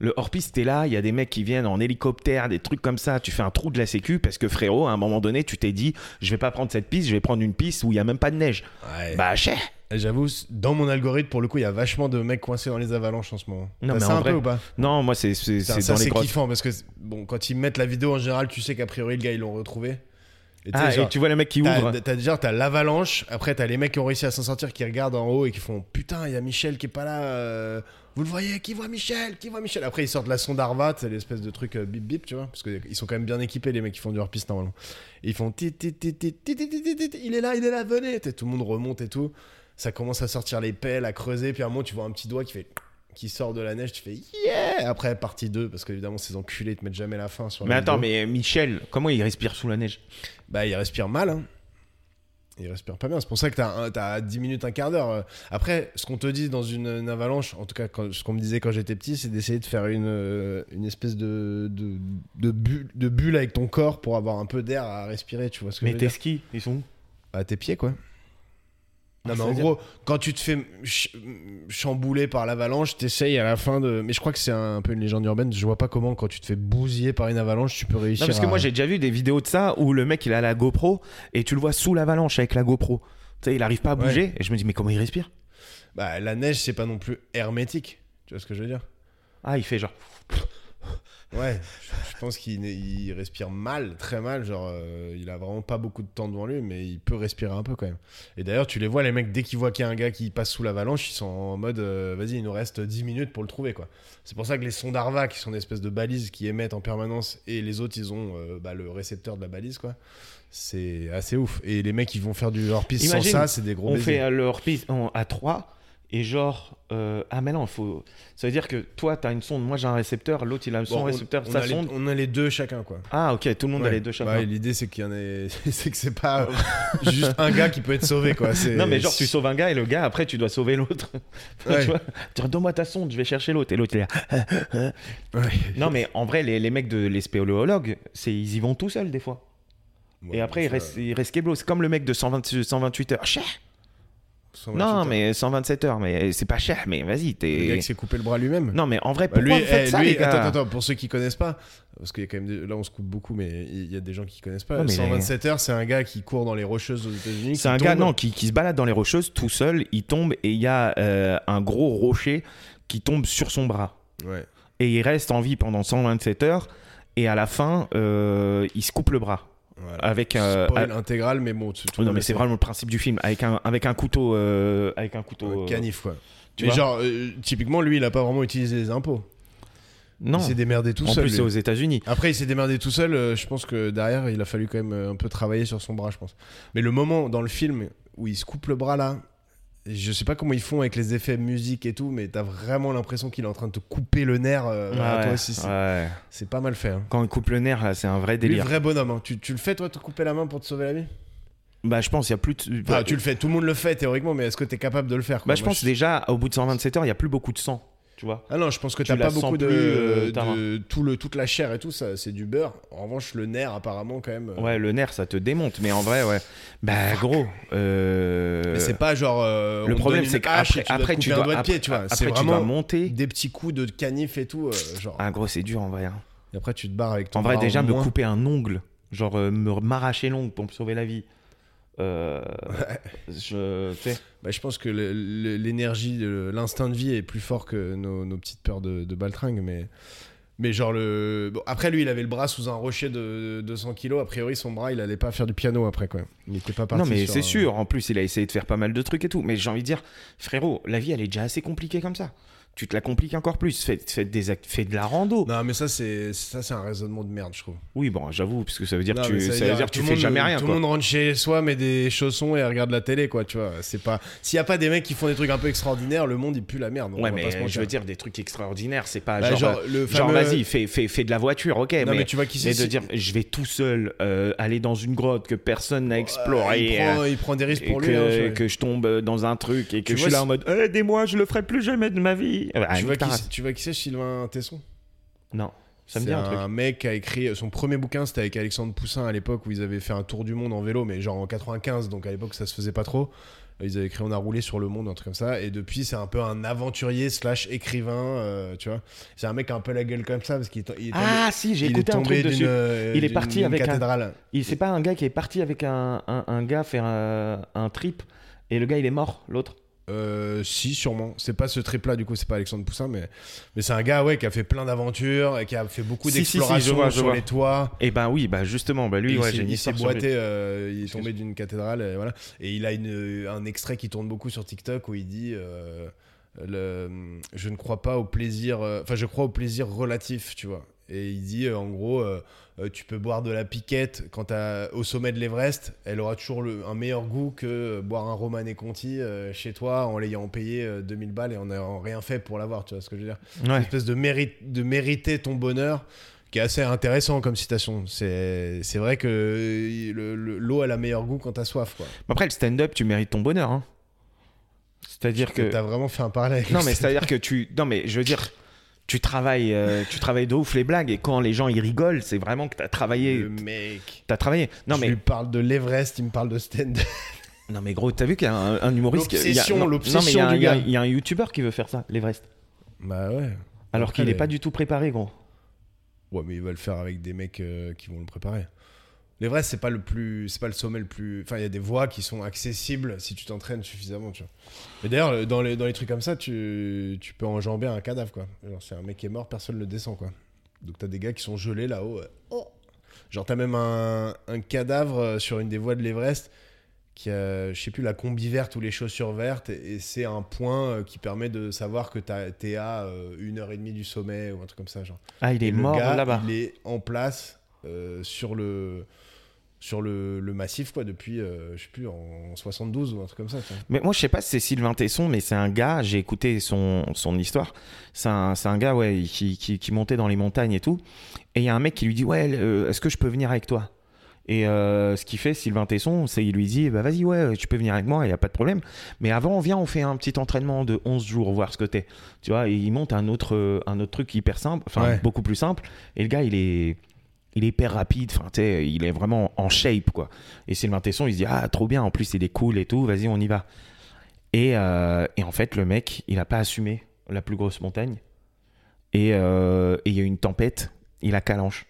Speaker 3: Le hors-piste, t'es là, il y a des mecs qui viennent en hélicoptère, des trucs comme ça. Tu fais un trou de la sécu parce que frérot, à un moment donné, tu t'es dit, je vais pas prendre cette piste, je vais prendre une piste où il y a même pas de neige.
Speaker 2: Ouais.
Speaker 3: Bah, cher.
Speaker 2: Et J'avoue, dans mon algorithme, pour le coup, il y a vachement de mecs coincés dans les avalanches en ce moment. T'as
Speaker 3: Non, mais
Speaker 2: ça
Speaker 3: en
Speaker 2: un
Speaker 3: vrai,
Speaker 2: peu ou pas
Speaker 3: Non, moi, c'est c'est-
Speaker 2: Ça,
Speaker 3: c'est
Speaker 2: ça,
Speaker 3: dans les
Speaker 2: c'est
Speaker 3: grosses.
Speaker 2: kiffant parce que bon, quand ils mettent la vidéo en général, tu sais qu'a priori le gars ils l'ont retrouvé. Et tu sais,
Speaker 3: Ah,
Speaker 2: genre,
Speaker 3: et tu vois le mec qui
Speaker 2: T'as-
Speaker 3: ouvre.
Speaker 2: T'as déjà t'as l'avalanche, après t'as les mecs qui ont réussi à s'en sortir qui regardent en haut et qui font putain, il y a Michel qui est pas là. euh, vous le voyez, qui voit Michel, qui voit Michel. Après ils sortent la sonde Arvat, c'est l'espèce de truc euh, bip bip, tu vois, parce qu'ils sont quand même bien équipés les mecs qui font du hors piste normalement. Et ils font tit, tit, tit, tit, tit, tit, tit, tit, tit, il est là, il est là, venez. T'sais, Tout le monde remonte et tout. Ça commence à sortir les pelles, à creuser, puis à un moment tu vois un petit doigt qui fait qui sort de la neige, tu fais yeah. Après partie 2 parce qu'évidemment ces enculés te mettent jamais la fin sur. la
Speaker 3: Mais attends,
Speaker 2: vidéo.
Speaker 3: mais Michel, comment il respire sous la neige
Speaker 2: Bah, il respire mal, hein. Il respire pas bien. C'est pour ça que t'as, un- t'as 10 minutes, un quart d'heure. Après, ce qu'on te dit dans une, une avalanche, en tout cas, quand- ce qu'on me disait quand j'étais petit, c'est d'essayer de faire une, euh, une espèce de, de, de, bu- de bulle avec ton corps pour avoir un peu d'air à respirer, tu vois ce que
Speaker 3: Mais
Speaker 2: je veux
Speaker 3: tes
Speaker 2: dire
Speaker 3: skis, ils sont où
Speaker 2: À tes pieds, quoi. Non, mais en
Speaker 3: C'est-à-dire-
Speaker 2: gros, quand tu te fais ch- chambouler par l'avalanche, t'essayes à la fin de. Mais je crois que c'est un, peu une légende urbaine. Je vois pas comment, quand tu te fais bousiller par une avalanche, tu peux réussir.
Speaker 3: Non, parce que
Speaker 2: à-
Speaker 3: moi j'ai déjà vu des vidéos de ça où le mec il a la GoPro et tu le vois sous l'avalanche avec la GoPro. Tu sais, il arrive pas à
Speaker 2: Ouais.
Speaker 3: bouger et je me dis mais comment il respire
Speaker 2: Bah, la neige, c'est pas non plus hermétique. Tu vois ce que je veux dire
Speaker 3: Ah, il fait genre.
Speaker 2: Ouais, je, je pense qu'il n'est- il respire mal, très mal. Genre, euh, il a vraiment pas beaucoup de temps devant lui, mais il peut respirer un peu quand même. Et d'ailleurs, tu les vois, les mecs, dès qu'ils voient qu'il y a un gars qui passe sous l'avalanche, ils sont en mode euh, vas-y, il nous reste 10 minutes pour le trouver, quoi. C'est pour ça que les sons d'Arva, qui sont une espèce de balise qui émettent en permanence, et les autres, ils ont euh, bah, le récepteur de la balise, quoi. C'est assez ouf. Et les mecs, ils vont faire du hors-piste sans
Speaker 3: Imagine,
Speaker 2: ça, c'est des gros
Speaker 3: On
Speaker 2: baisers.
Speaker 3: fait euh, le hors-piste en- à 3 et genre. euh, ah, mais non, faut... ça veut dire que toi t'as une sonde, moi j'ai un récepteur, l'autre il a son
Speaker 2: Bon, on-
Speaker 3: récepteur,
Speaker 2: on
Speaker 3: sa
Speaker 2: a les-
Speaker 3: sonde.
Speaker 2: on a les deux chacun, quoi.
Speaker 3: Ah, ok, tout le monde
Speaker 2: Ouais.
Speaker 3: a
Speaker 2: Bah,
Speaker 3: les deux chacun.
Speaker 2: Ouais, L'idée c'est qu'il y en ait, c'est que c'est pas juste un gars qui peut être sauvé quoi. C'est-
Speaker 3: Non, mais genre, tu sauves un gars et le gars, après, tu dois sauver l'autre.
Speaker 2: Ouais.
Speaker 3: tu vois Tu dis, donne-moi ta sonde, je vais chercher l'autre. Et l'autre, il est là.
Speaker 2: Ouais.
Speaker 3: Non, mais en vrai, les, les mecs de les spéléologues, c'est- ils y vont tout seuls, des fois.
Speaker 2: Ouais,
Speaker 3: et après, ils
Speaker 2: ça,
Speaker 3: restent, ils restent keblos. C'est comme le mec de 120 128 heures. Cher
Speaker 2: 128
Speaker 3: Non,
Speaker 2: heures.
Speaker 3: mais 127 heures, mais c'est pas cher, mais vas-y,
Speaker 2: le gars
Speaker 3: t'es.
Speaker 2: qui s'est coupé le bras lui-même.
Speaker 3: Non, mais en vrai,
Speaker 2: Bah,
Speaker 3: pourquoi
Speaker 2: lui,
Speaker 3: vous faites
Speaker 2: eh,
Speaker 3: ça,
Speaker 2: lui-
Speaker 3: les gars
Speaker 2: attends, attends, pour ceux qui connaissent pas, parce qu'il y a quand même des- là on se coupe beaucoup, mais il y a des gens qui connaissent pas.
Speaker 3: Non, mais-
Speaker 2: 127 heures, c'est un gars qui court dans les rocheuses aux États-Unis. qui
Speaker 3: C'est un
Speaker 2: tombe.
Speaker 3: gars non, qui, qui se balade dans les rocheuses tout seul, il tombe et il y a euh, un gros rocher qui tombe sur son bras.
Speaker 2: Ouais.
Speaker 3: Et il reste en vie pendant 127 heures et à la fin, euh, il se coupe le bras.
Speaker 2: Voilà.
Speaker 3: Avec, euh,
Speaker 2: Spoil intégral, mais bon. tu- tout le
Speaker 3: Non
Speaker 2: monde
Speaker 3: mais
Speaker 2: le
Speaker 3: c'est
Speaker 2: sait.
Speaker 3: vraiment le principe du film avec un avec un couteau euh, avec un couteau
Speaker 2: Un
Speaker 3: euh,
Speaker 2: Canif quoi.
Speaker 3: tu
Speaker 2: mais
Speaker 3: vois
Speaker 2: genre euh, typiquement lui, il a pas vraiment utilisé les impôts.
Speaker 3: non
Speaker 2: Il s'est démerdé tout
Speaker 3: en
Speaker 2: seul.
Speaker 3: plus
Speaker 2: lui.
Speaker 3: c'est aux États-Unis
Speaker 2: Après, il s'est démerdé tout seul. euh, je pense que derrière, il a fallu quand même euh, un peu travailler sur son bras, je pense. Mais le moment dans le film où il se coupe le bras là, je sais pas comment ils font avec les effets musique et tout, mais t'as vraiment l'impression qu'il est en train de te couper le nerf. euh, à
Speaker 3: Ouais,
Speaker 2: toi aussi, c'est-
Speaker 3: ouais.
Speaker 2: c'est pas mal fait. Hein.
Speaker 3: quand il coupe le nerf là c'est un vrai
Speaker 2: Lui,
Speaker 3: délire
Speaker 2: vrai bonhomme. hein. Tu, tu le fais toi, te couper la main pour te sauver la vie
Speaker 3: bah je pense il y a plus de...
Speaker 2: Enfin, Ah, Tu le fais, tout le monde le fait théoriquement, mais est-ce que t'es capable de le faire quoi
Speaker 3: bah je
Speaker 2: Moi,
Speaker 3: pense déjà au bout de 127 heures il y a plus beaucoup de sang tu vois
Speaker 2: Ah non, je pense que
Speaker 3: Tu
Speaker 2: t'as
Speaker 3: la
Speaker 2: pas
Speaker 3: sens
Speaker 2: beaucoup de,
Speaker 3: plus, euh, ta
Speaker 2: de- tout le toute la chair et tout ça, c'est du beurre. En revanche, le nerf apparemment quand même. euh,
Speaker 3: ouais le nerf ça te démonte mais en vrai ouais bah gros euh,
Speaker 2: Mais c'est pas genre. euh,
Speaker 3: le
Speaker 2: on te
Speaker 3: problème,
Speaker 2: donne
Speaker 3: c'est
Speaker 2: une hache
Speaker 3: qu'après
Speaker 2: et
Speaker 3: après
Speaker 2: tu
Speaker 3: tu
Speaker 2: dois
Speaker 3: dois
Speaker 2: couper un doigt de pied,
Speaker 3: après-
Speaker 2: tu vois. C'est
Speaker 3: après tu dois
Speaker 2: vraiment
Speaker 3: monter
Speaker 2: des petits coups de canif et tout, euh, genre.
Speaker 3: ah gros c'est dur en vrai hein.
Speaker 2: Et après, tu te barres avec ton.
Speaker 3: En vrai,
Speaker 2: bras
Speaker 3: déjà, me
Speaker 2: moins.
Speaker 3: couper un ongle, genre euh, me m'arracher l'ongle pour me sauver la vie. Euh, je, tu sais,
Speaker 2: Bah, je pense que le- le- l'énergie, le- l'instinct de vie est plus fort que nos, nos petites peurs de, de baltringue, mais. Mais genre le. Bon, après, lui, il avait le bras sous un rocher de 200 kilos. A priori, son bras, il allait pas faire du piano après, quoi. Il était pas parti.
Speaker 3: non, mais
Speaker 2: sur
Speaker 3: c'est
Speaker 2: un-
Speaker 3: sûr. En plus, il a essayé de faire pas mal de trucs et tout. Mais j'ai envie de dire, frérot, la vie, elle est déjà assez compliquée comme ça. Tu te la compliques encore plus. Fais, fais des act- fais de la rando.
Speaker 2: Non, mais ça, c'est ça, c'est un raisonnement de merde, je trouve.
Speaker 3: Oui, bon, j'avoue, parce que ça veut dire que
Speaker 2: Non,
Speaker 3: tu,
Speaker 2: mais
Speaker 3: ça veut dire
Speaker 2: tout
Speaker 3: que tu
Speaker 2: le
Speaker 3: fais
Speaker 2: monde-
Speaker 3: jamais rien.
Speaker 2: Tout
Speaker 3: quoi.
Speaker 2: le monde rentre chez soi, met des chaussons et regarde la télé, quoi. Tu vois, c'est pas. S'il y a pas des mecs qui font des trucs un peu extraordinaires, le monde il pue la merde. on
Speaker 3: ouais,
Speaker 2: va pas se
Speaker 3: mais je
Speaker 2: mentir.
Speaker 3: veux dire des trucs extraordinaires. C'est pas
Speaker 2: Bah,
Speaker 3: genre,
Speaker 2: genre,
Speaker 3: euh,
Speaker 2: le
Speaker 3: genre,
Speaker 2: fameux-
Speaker 3: vas-y, fais, fais, fais de la voiture, ok.
Speaker 2: Non, mais,
Speaker 3: mais
Speaker 2: tu vois qui
Speaker 3: mais
Speaker 2: c'est.
Speaker 3: de dire, je vais tout seul euh, aller dans une grotte que personne n'a explorée.
Speaker 2: il,
Speaker 3: euh,
Speaker 2: prend, il prend des risques
Speaker 3: et
Speaker 2: pour
Speaker 3: que,
Speaker 2: lui. hein, tu vois.
Speaker 3: et que je tombe euh, dans un truc et que
Speaker 2: Tu
Speaker 3: je
Speaker 2: vois
Speaker 3: suis là
Speaker 2: si-
Speaker 3: en mode Eh, aidez-moi je le ferai plus jamais de ma vie Ah,
Speaker 2: tu,
Speaker 3: nique
Speaker 2: vois
Speaker 3: ta
Speaker 2: qui,
Speaker 3: race.
Speaker 2: c'est- tu vois qui c'est Sylvain Tesson
Speaker 3: non ça me
Speaker 2: C'est
Speaker 3: dit un truc
Speaker 2: un mec qui a écrit euh, son premier bouquin, c'était avec Alexandre Poussin à l'époque où ils avaient fait un tour du monde en vélo, mais genre en 95, donc à l'époque ça se faisait pas trop. Euh, Ils avaient écrit On a roulé sur le monde, un truc comme ça. Et depuis, c'est un peu un aventurier slash écrivain, euh, tu vois. C'est un mec qui a un peu la gueule comme ça parce qu'il est, to- il est tombé-
Speaker 3: ah si j'ai
Speaker 2: il
Speaker 3: écouté
Speaker 2: est
Speaker 3: un
Speaker 2: tombé
Speaker 3: truc
Speaker 2: d'une
Speaker 3: dessus
Speaker 2: euh,
Speaker 3: Il est
Speaker 2: d'une-
Speaker 3: parti
Speaker 2: d'une
Speaker 3: avec un-
Speaker 2: cathédrale.
Speaker 3: Il- c'est pas un gars qui est parti avec un, un, un gars faire euh, un trip et le gars il est mort l'autre
Speaker 2: Euh, si, sûrement. C'est pas ce trip-là, du coup, c'est pas Alexandre Poussin, mais, mais c'est un gars ouais, qui a fait plein d'aventures et qui a fait beaucoup
Speaker 3: Si, si, si, je
Speaker 2: d'explorations
Speaker 3: vois, je
Speaker 2: sur
Speaker 3: vois.
Speaker 2: les toits.
Speaker 3: et ben oui bah justement bah lui
Speaker 2: il
Speaker 3: ouais,
Speaker 2: s'est-
Speaker 3: j'ai une
Speaker 2: il s'est
Speaker 3: histoire sur lui.
Speaker 2: boité, euh, il est tombé
Speaker 3: Excuse.
Speaker 2: d'une cathédrale, et voilà. Et il a une, euh, un extrait qui tourne beaucoup sur TikTok où il dit euh, le- Je ne crois pas au plaisir, euh, enfin, je crois au plaisir relatif, tu vois. Et il dit euh, en gros, euh, euh, tu peux boire de la piquette quand t'as- au sommet de l'Everest, elle aura toujours le- un meilleur goût que euh, boire un Romané Conti euh, chez toi en l'ayant payé euh, 2000 balles et en n'ayant rien fait pour l'avoir, tu vois ce que je veux dire une
Speaker 3: ouais
Speaker 2: espèce de mérite de mériter ton bonheur qui est assez intéressant comme citation. C'est c'est vrai que euh, le- le- l'eau a la meilleure goût quand t'as soif. Quoi.
Speaker 3: Mais après le stand-up tu mérites ton bonheur hein. c'est à dire que
Speaker 2: T'as vraiment fait un parallèle. avec
Speaker 3: non
Speaker 2: le
Speaker 3: mais c'est à dire que tu non mais je veux dire tu travailles euh, tu travailles de ouf les blagues et quand les gens ils rigolent c'est vraiment que t'as travaillé
Speaker 2: Le mec.
Speaker 3: t'as travaillé non
Speaker 2: je
Speaker 3: mais
Speaker 2: lui parle de l'Everest, il me parle de stand
Speaker 3: Non, mais gros, t'as vu qu'il y a un, un humoriste. qui- il y a-
Speaker 2: L'obsession,
Speaker 3: non, non, mais
Speaker 2: l'obsession
Speaker 3: il y a un-
Speaker 2: du
Speaker 3: il y a-
Speaker 2: gars.
Speaker 3: Il y a un youtubeur qui veut faire ça, l'Everest.
Speaker 2: Bah ouais.
Speaker 3: Alors
Speaker 2: Après,
Speaker 3: qu'il n'est
Speaker 2: les-
Speaker 3: pas du tout préparé, gros.
Speaker 2: Ouais, mais il va le faire avec des mecs euh, qui vont le préparer. L'Everest, c'est pas le plus, c'est pas le sommet le plus. Enfin, il y a des voies qui sont accessibles si tu t'entraînes suffisamment, tu vois. Mais d'ailleurs, le- dans les, dans les trucs comme ça, tu, tu peux enjamber un cadavre, quoi. Genre, c'est un mec qui est mort, personne le descend, quoi. Donc t'as des gars qui sont gelés là-haut. euh, oh. Genre t'as même un, un cadavre euh, sur une des voies de l'Everest qui a, je sais plus, la combi verte ou les chaussures vertes, et, et c'est un point euh, qui permet de savoir que t'as- t'es à euh, une heure et demie du sommet ou un truc comme ça, genre.
Speaker 3: Ah, il est
Speaker 2: Et le
Speaker 3: mort
Speaker 2: gars,
Speaker 3: là-bas.
Speaker 2: Il est en place euh, sur le sur le, le massif quoi depuis euh, je sais plus en 72 ou un truc comme ça. tu vois.
Speaker 3: Mais moi, je sais pas si c'est Sylvain Tesson, mais c'est un gars, j'ai écouté son, son histoire. C'est un, c'est un gars ouais, qui, qui, qui montait dans les montagnes et tout. Et il y a un mec qui lui dit Ouais, euh, est-ce que je peux venir avec toi Et euh, ce qu'il fait, Sylvain Tesson, c'est il lui dit Bah vas-y, ouais, tu peux venir avec moi, il n'y a pas de problème. Mais avant, viens, on fait un petit entraînement de 11 jours, voir ce que t'es. Tu vois, et il monte un autre, euh, un autre truc hyper simple, enfin
Speaker 2: Ouais.
Speaker 3: beaucoup plus simple. Et le gars, il est. Il est hyper rapide, enfin, tu sais, il est vraiment en shape quoi. Et Sylvain Tesson, il se dit Ah, trop bien, en plus il est cool et tout, vas-y, on y va. Et, euh, et en fait, le mec, il n'a pas assumé la plus grosse montagne. Et euh, et il y a eu une tempête, il a calanche.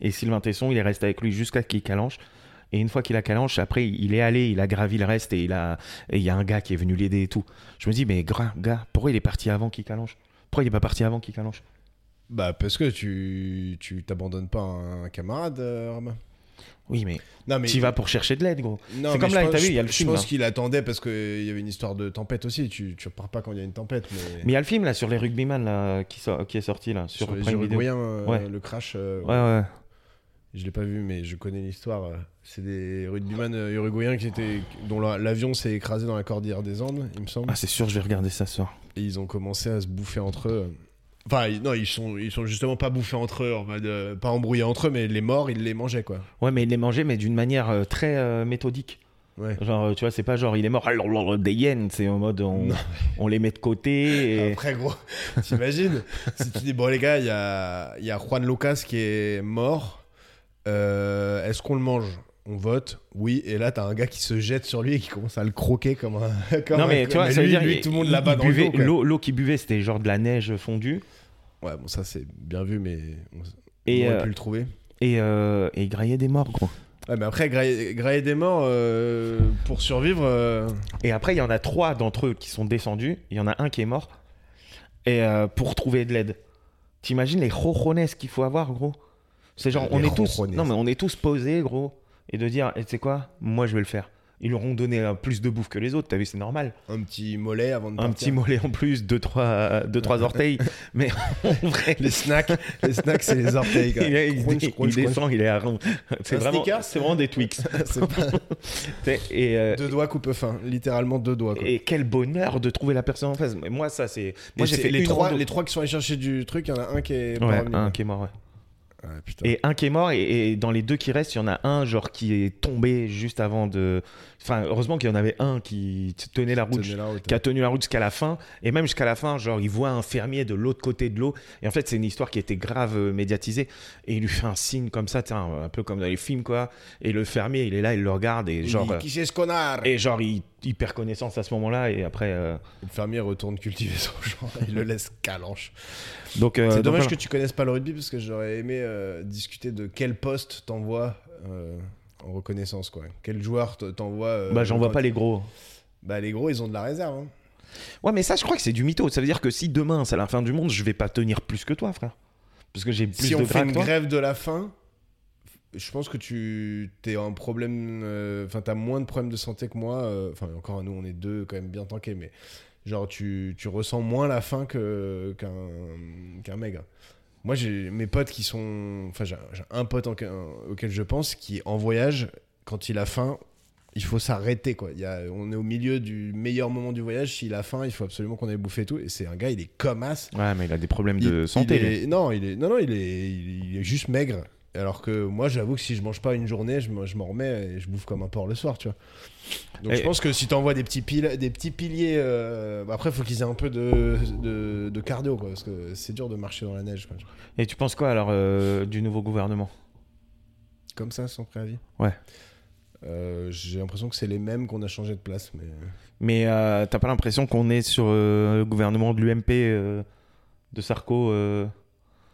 Speaker 3: Et Sylvain Tesson, il est resté avec lui jusqu'à ce qu'il calanche. Et une fois qu'il a calanche, après, il est allé, il a gravi le reste et il a, et il y a un gars qui est venu l'aider et tout. Je me dis, mais gras, gars, pourquoi il est parti avant qu'il calanche Pourquoi il n'est pas parti avant qu'il calanche
Speaker 2: Bah parce que tu tu t'abandonnes pas à un camarade euh, Romain.
Speaker 3: Oui, mais,
Speaker 2: Non mais
Speaker 3: tu y vas pour chercher de l'aide, gros.
Speaker 2: non, mais
Speaker 3: c'est comme
Speaker 2: je
Speaker 3: là,
Speaker 2: pense-
Speaker 3: t'as vu, il y a le
Speaker 2: je
Speaker 3: film, hein.
Speaker 2: pense
Speaker 3: là.
Speaker 2: qu'il attendait parce qu'il y avait une histoire de tempête aussi. Tu tu repars pas quand il y a une tempête. Mais,
Speaker 3: Mais il y a le film, là, sur les rugbyman, là, qui, sort- qui est sorti, là, sur,
Speaker 2: sur les
Speaker 3: Prime Video.
Speaker 2: Uruguayens, euh,
Speaker 3: Ouais.
Speaker 2: le crash. euh,
Speaker 3: Ouais, ouais.
Speaker 2: Je l'ai pas vu, mais je connais l'histoire. euh. C'est des rugbyman euh, uruguayens qui étaient dont la- l'avion s'est écrasé dans la cordillère des Andes, il me semble.
Speaker 3: Ah, c'est sûr, je vais regarder ça ce soir.
Speaker 2: Et ils ont commencé à se bouffer entre eux. Enfin, ils- non, ils sont, ils sont justement pas bouffés entre eux, en mode, euh, pas embrouillés entre eux, mais les morts, ils les mangeaient, quoi.
Speaker 3: Ouais, mais il les mangeait, mais d'une manière euh, très euh, méthodique.
Speaker 2: Ouais.
Speaker 3: Genre, euh, tu vois, c'est pas genre il est mort, alors, alors, des hyènes, c'est en mode on,
Speaker 2: Non. Ah,
Speaker 3: on les met de côté. Et...
Speaker 2: Après, gros, t'imagines Si tu dis, bon, les gars, il y a, il y a Juan Lucas qui est mort, euh, est-ce qu'on le mange On vote, oui, et là, t'as un gars qui se jette sur lui et qui commence à le croquer comme un. comme
Speaker 3: Non,
Speaker 2: un-
Speaker 3: mais tu vois, ça veut
Speaker 2: lui,
Speaker 3: dire
Speaker 2: lui,
Speaker 3: il-
Speaker 2: tout le monde
Speaker 3: il-
Speaker 2: là-bas
Speaker 3: il
Speaker 2: dans le
Speaker 3: buvait-
Speaker 2: dos, quoi.
Speaker 3: l'eau. L'eau qu'il buvait, c'était genre de la neige fondue.
Speaker 2: Ouais, bon, ça, c'est bien vu, mais on,
Speaker 3: Et,
Speaker 2: on aurait
Speaker 3: euh,
Speaker 2: pu le trouver.
Speaker 3: et, euh, et il graillait des morts, gros.
Speaker 2: Ouais, mais après, grailler grailler des morts, euh, pour survivre. euh,
Speaker 3: Et après, il y en a trois d'entre eux qui sont descendus. Il y en a un qui est mort. Et euh, pour trouver de l'aide. T'imagines les rojones qu'il faut avoir, gros C'est genre,
Speaker 2: Les
Speaker 3: on est, tous,
Speaker 2: rojones.
Speaker 3: non, mais on est tous posés, gros. Et de dire, Eh, tu sais quoi Moi, je vais le faire. Ils leur ont donné euh, plus de bouffe que les autres, t'as vu, c'est normal.
Speaker 2: un petit mollet avant de
Speaker 3: un
Speaker 2: partir.
Speaker 3: petit mollet en plus, deux trois, euh, deux, trois orteils. Mais en vrai,
Speaker 2: les snacks les snacks c'est les orteils quoi.
Speaker 3: il, est- il-
Speaker 2: Crunch,
Speaker 3: il
Speaker 2: crunch, crunch.
Speaker 3: descend, il est à rond. C'est
Speaker 2: Un
Speaker 3: vraiment,
Speaker 2: Snickers
Speaker 3: c'est vraiment des Twix.
Speaker 2: C'est pas-
Speaker 3: T'sais, et, euh,
Speaker 2: deux doigts coupe fin littéralement deux doigts quoi.
Speaker 3: et quel bonheur de trouver la personne en face. Mais moi, ça, c'est.
Speaker 2: Et
Speaker 3: Moi, j'ai
Speaker 2: c'est
Speaker 3: fait
Speaker 2: les
Speaker 3: une
Speaker 2: trois
Speaker 3: rando-
Speaker 2: les trois qui sont allés chercher du truc il y en a un qui est pas
Speaker 3: Ouais,
Speaker 2: revenu,
Speaker 3: un
Speaker 2: quoi.
Speaker 3: qui est mort, ouais.
Speaker 2: Ah, putain.
Speaker 3: Et un qui est mort, et, et dans les deux qui restent, il y en a un genre qui est tombé juste avant de. Enfin, heureusement qu'il y en avait un qui t- tenait la route,
Speaker 2: Tenez la route,
Speaker 3: qui a tenu la route jusqu'à la fin. Et même jusqu'à la fin, genre, il voit un fermier de l'autre côté de l'eau. Et en fait, c'est une histoire qui était grave euh, médiatisée. Et il lui fait un signe comme ça, tiens, un peu comme dans les films, quoi. Et le fermier, il est là, il le regarde, et
Speaker 2: Il
Speaker 3: genre.
Speaker 2: dit,
Speaker 3: euh,
Speaker 2: qui c'est ce connard
Speaker 3: Et genre, il, il perd connaissance à ce moment-là, et après. euh,
Speaker 2: le fermier retourne cultiver son champ il le laisse calanche
Speaker 3: Donc, euh,
Speaker 2: c'est
Speaker 3: donc
Speaker 2: dommage
Speaker 3: voilà.
Speaker 2: que tu connaisses pas le rugby parce que j'aurais aimé euh, discuter de quel poste t'envoies euh, en reconnaissance quoi quel joueur t- t'envoie euh,
Speaker 3: Bah, j'en vois
Speaker 2: quand-
Speaker 3: pas les gros.
Speaker 2: bah les gros ils ont de la réserve hein.
Speaker 3: Ouais, mais ça, je crois que c'est du mytho. Ça veut dire que si demain, c'est la fin du monde, je vais pas tenir plus que toi, frère. Parce que j'ai plus
Speaker 2: si
Speaker 3: de
Speaker 2: on fait
Speaker 3: gras
Speaker 2: une
Speaker 3: que toi.
Speaker 2: grève de la faim, je pense que tu t'es un problème. euh, Enfin, t'as moins de problèmes de santé que moi. euh, Enfin, encore nous, on est deux quand même bien tankés, mais genre tu, tu ressens moins la faim que qu'un qu'un maigre. Moi, j'ai mes potes qui sont. Enfin, j'ai j'ai un pote en- auquel je pense qui en voyage quand il a faim. Il faut s'arrêter quoi. Il y a- on est au milieu du meilleur moment du voyage. S'il a faim, il faut absolument qu'on aille bouffer et tout. Et c'est un gars, il est comme as.
Speaker 3: Ouais, mais il a des problèmes
Speaker 2: Il-
Speaker 3: de
Speaker 2: il
Speaker 3: santé. lui.
Speaker 2: est- non, il est, non, non, il est, il, il est juste maigre. Alors que moi, j'avoue que si je mange pas une journée, je, me- je m'en remets et je bouffe comme un porc le soir, tu vois. Donc
Speaker 3: Et-
Speaker 2: je pense que si t'envoies des petits pil- des petits piliers, euh, bah après faut qu'ils aient un peu de, de, de cardio, quoi, parce que c'est dur de marcher dans la neige, quoi.
Speaker 3: Et tu penses quoi alors euh, du nouveau gouvernement
Speaker 2: Comme ça, sans préavis.
Speaker 3: Ouais.
Speaker 2: Euh, J'ai l'impression que c'est les mêmes qu'on a changé de place. Mais...
Speaker 3: Mais euh, t'as pas l'impression qu'on est sur euh, le gouvernement de l'UMP euh, de Sarko euh,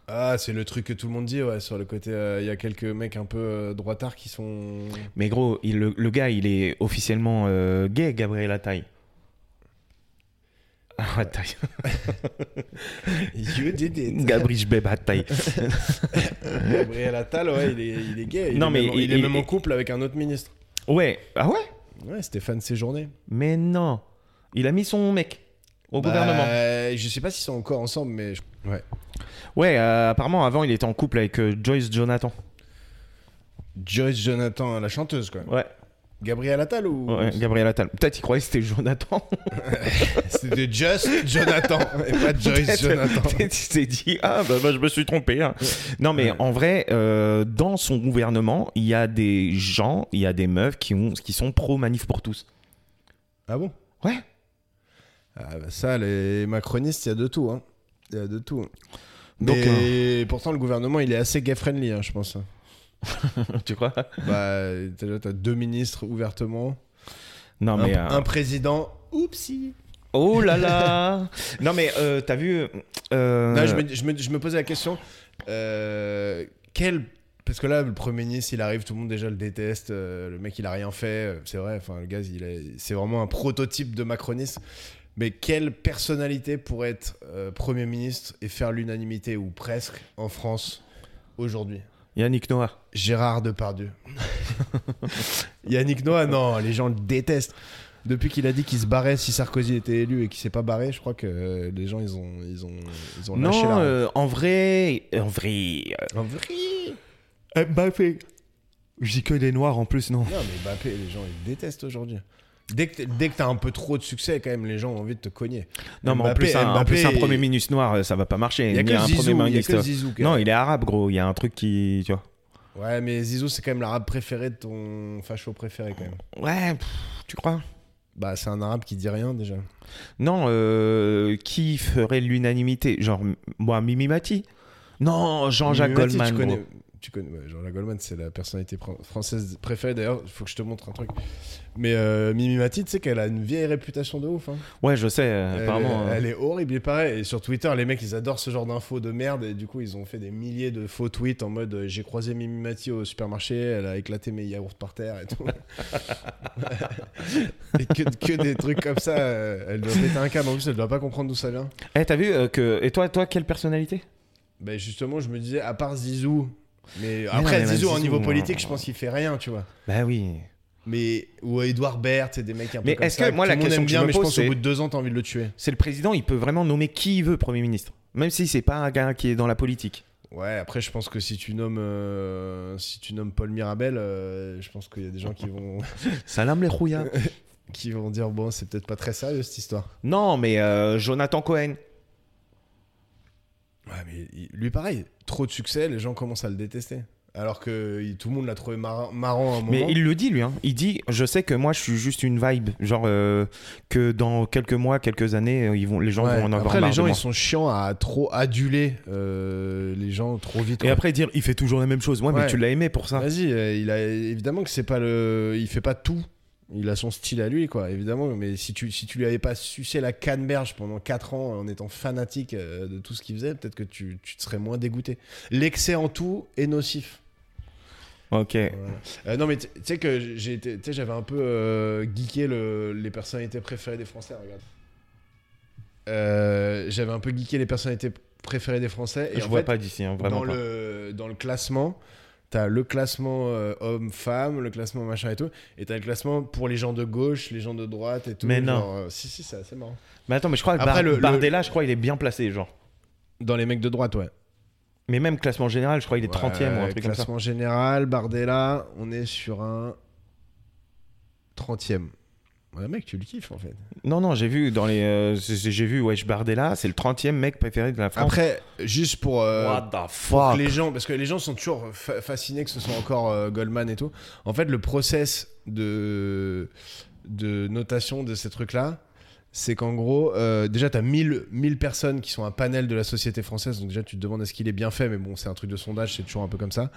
Speaker 2: Ah, c'est le truc que tout le monde dit, ouais, sur le côté. euh, Il y a quelques mecs un peu euh, droitards qui sont.
Speaker 3: Mais gros, il- le, le gars, il est officiellement euh, gay, Gabriel Attal. Ah, Attal.
Speaker 2: You did it.
Speaker 3: Gabriel Beb Attal.
Speaker 2: Gabriel Attal, ouais, il est, il est gay. Il
Speaker 3: Non,
Speaker 2: est
Speaker 3: mais
Speaker 2: même-
Speaker 3: il-
Speaker 2: il, est
Speaker 3: il-
Speaker 2: même en couple avec un autre ministre.
Speaker 3: Ouais, ah ouais
Speaker 2: Ouais, Stéphane Séjourné.
Speaker 3: Mais non. Il a mis son mec au
Speaker 2: Bah,
Speaker 3: gouvernement.
Speaker 2: Je sais pas s'ils sont encore ensemble, mais. je- Ouais.
Speaker 3: Ouais, euh, apparemment, avant, il était en couple avec euh, Joyce Jonathan.
Speaker 2: Joyce Jonathan, la chanteuse, quoi.
Speaker 3: Ouais,
Speaker 2: Gabriel Attal ou.
Speaker 3: ouais, Gabriel Attal. Peut-être il croyait que c'était Jonathan.
Speaker 2: C'était Just Jonathan et pas Joyce
Speaker 3: Peut-être-
Speaker 2: Jonathan.
Speaker 3: peut-être il s'est dit ah bah, bah, je me suis trompé. hein. Non mais en vrai, euh, dans son gouvernement, il y a des gens, il y a des meufs qui ont, qui sont pro manif pour tous.
Speaker 2: Ah bon
Speaker 3: Ouais.
Speaker 2: Ah bah ça, les macronistes, il y a de tout. Hein. Il y a de tout.
Speaker 3: Donc, euh,
Speaker 2: Mais pourtant, le gouvernement, il est assez gay-friendly, hein, je pense.
Speaker 3: euh, tu crois
Speaker 2: bah, déjà, t'as deux ministres ouvertement.
Speaker 3: Non
Speaker 2: un,
Speaker 3: mais euh,
Speaker 2: un président. Oupsie
Speaker 3: oh là là. non mais euh, t'as vu euh,
Speaker 2: Là, je, me, je, me, je me posais la question. euh, quel. Parce que là, le Premier ministre, il arrive, tout le monde déjà le déteste. euh, le mec, il a rien fait. euh, C'est vrai, enfin, le gaz, il est- c'est vraiment un prototype de macronisme. Mais quelle personnalité pourrait être euh, Premier ministre et faire l'unanimité, ou presque, en France aujourd'hui
Speaker 3: Yannick Noah.
Speaker 2: Gérard Depardieu. Yannick Noah, non, les gens le détestent. Depuis qu'il a dit qu'il se barrait si Sarkozy était élu et qu'il s'est pas barré, je crois que euh, les gens, ils ont, ils ont, ils ont lâché
Speaker 3: Non,
Speaker 2: la-
Speaker 3: euh, en vrai, en vrai,
Speaker 2: En vrai
Speaker 3: euh, Mbappé. Je dis que des noirs en plus, non.
Speaker 2: Non, mais Mbappé, les gens, ils détestent aujourd'hui. Dès que t'es- dès que t'as un peu trop de succès, quand même, les gens ont envie de te cogner.
Speaker 3: Non, mais en
Speaker 2: Mbappé,
Speaker 3: plus, un, en
Speaker 2: Mbappé,
Speaker 3: plus, un premier
Speaker 2: il-
Speaker 3: ministre noir, euh, ça va pas marcher.
Speaker 2: Il y a
Speaker 3: Ni
Speaker 2: que
Speaker 3: un premier
Speaker 2: Zizou, il y a
Speaker 3: ministre.
Speaker 2: que Zizou. quand
Speaker 3: Non,
Speaker 2: même.
Speaker 3: il est arabe, gros. Il y a un truc qui. Tu vois.
Speaker 2: Ouais, mais Zizou, c'est quand même l'arabe préféré de ton facho préféré, quand même.
Speaker 3: Ouais, pff, tu crois
Speaker 2: Bah, c'est un arabe qui dit rien, déjà.
Speaker 3: Non, euh, qui ferait l'unanimité Genre, m- moi, Mimi Mati Non, Jean-Jacques
Speaker 2: Mimimati,
Speaker 3: Goldman.
Speaker 2: Tu
Speaker 3: gros.
Speaker 2: connais, tu connais ouais, Jean-Jacques Goldman, c'est la personnalité pr- française préférée. D'ailleurs, il faut que je te montre un truc. Mais euh, Mimi Mati, tu sais qu'elle a une vieille réputation de ouf. hein.
Speaker 3: Ouais, je sais, euh,
Speaker 2: elle,
Speaker 3: apparemment.
Speaker 2: est,
Speaker 3: euh,
Speaker 2: elle est horrible, il paraît. Et sur Twitter, les mecs, ils adorent ce genre d'infos de merde. Et du coup, ils ont fait des milliers de faux tweets en mode euh, J'ai croisé Mimi Mati au supermarché, elle a éclaté mes yaourts par terre et tout. et que, que des trucs comme ça. euh, Elle doit péter un câble. En plus, elle doit pas comprendre d'où ça vient.
Speaker 3: Eh, t'as vu euh, que. Et toi, toi, quelle personnalité
Speaker 2: Ben justement, je me disais, à part Zizou, mais
Speaker 3: non,
Speaker 2: après
Speaker 3: mais
Speaker 2: Zizou, au
Speaker 3: Zizou,
Speaker 2: niveau
Speaker 3: non.
Speaker 2: politique, je pense qu'il fait rien, tu vois.
Speaker 3: Bah oui.
Speaker 2: Mais ou Edouard Baird, c'est des mecs un peu
Speaker 3: Mais
Speaker 2: comme
Speaker 3: est-ce
Speaker 2: ça,
Speaker 3: que moi,
Speaker 2: tout
Speaker 3: la
Speaker 2: le monde
Speaker 3: question
Speaker 2: aime
Speaker 3: que je
Speaker 2: bien,
Speaker 3: me
Speaker 2: mais je
Speaker 3: pose,
Speaker 2: pense qu'au
Speaker 3: c'est-
Speaker 2: bout de deux ans, t'as envie de le tuer.
Speaker 3: C'est le président, il peut vraiment nommer qui il veut Premier ministre. Même si c'est pas un gars qui est dans la politique.
Speaker 2: Ouais, après, je pense que si tu nommes, euh, si tu nommes Paul Mirabel, euh, je pense qu'il y a des gens qui vont,
Speaker 3: Salam les rouillards.
Speaker 2: qui vont dire bon, c'est peut-être pas très sérieux cette histoire.
Speaker 3: non, mais euh, Jonathan Cohen.
Speaker 2: Ouais, mais il- lui, pareil, trop de succès, les gens commencent à le détester. Alors que il- tout le monde l'a trouvé marrant, marrant à un moment.
Speaker 3: Mais il le dit lui, hein. il dit je sais que moi je suis juste une vibe, genre euh, que dans quelques mois, quelques années, euh, ils vont, les gens
Speaker 2: Ouais.
Speaker 3: vont en avoir
Speaker 2: Après,
Speaker 3: marre
Speaker 2: les gens,
Speaker 3: de
Speaker 2: ils
Speaker 3: moi.
Speaker 2: sont chiants à trop aduler euh, les gens trop vite.
Speaker 3: Et
Speaker 2: quoi.
Speaker 3: après dire il fait toujours la même chose, ouais,
Speaker 2: Ouais.
Speaker 3: mais tu l'as aimé pour ça.
Speaker 2: Vas-y, euh, il a évidemment que c'est pas le, il fait pas tout. Il a son style à lui, quoi, évidemment. Mais si tu, si tu lui avais pas sucé la canneberge pendant 4 ans en étant fanatique euh, de tout ce qu'il faisait, peut-être que tu, tu te serais moins dégoûté. L'excès en tout est nocif.
Speaker 3: Ok.
Speaker 2: Voilà. Euh, non, mais tu tu sais que j'ai été- tu sais, j'avais un peu euh, geeké le- les personnalités préférées des Français. Regarde. Euh, j'avais un peu geeké les personnalités préférées des Français. Et
Speaker 3: je
Speaker 2: en
Speaker 3: vois
Speaker 2: fait,
Speaker 3: pas d'ici, hein, vraiment.
Speaker 2: dans
Speaker 3: pas.
Speaker 2: le dans le classement t'as le classement euh, homme-femme le classement machin et tout et t'as le classement pour les gens de gauche les gens de droite et tout
Speaker 3: Mais non.
Speaker 2: genre, euh, si si c'est assez marrant
Speaker 3: Mais attends, mais je crois que
Speaker 2: Après,
Speaker 3: Bar-
Speaker 2: le- le-
Speaker 3: Bardella, je crois il est bien placé, genre.
Speaker 2: dans les mecs de droite ouais
Speaker 3: Mais même classement général, je crois il est 30 e ou un
Speaker 2: Ouais,
Speaker 3: truc comme ça.
Speaker 2: classement général Bardella on est sur un 30 e ouais mec tu le kiffes en fait
Speaker 3: Non, non, j'ai vu dans les, euh, j'ai j'ai vu Wesh Bardella, c'est le 30 e mec préféré de la France.
Speaker 2: après juste pour euh,
Speaker 3: What the
Speaker 2: pour
Speaker 3: fuck.
Speaker 2: que les gens, parce que les gens sont toujours fa- fascinés que ce soit encore euh, Goldman et tout. En fait, le process de, de notation de ces trucs-là, c'est qu'en gros, euh, déjà, tu as 1000, 1000 personnes qui sont un panel de la société française, donc déjà, tu te demandes est-ce qu'il est bien fait, mais bon, c'est un truc de sondage, c'est toujours un peu comme ça.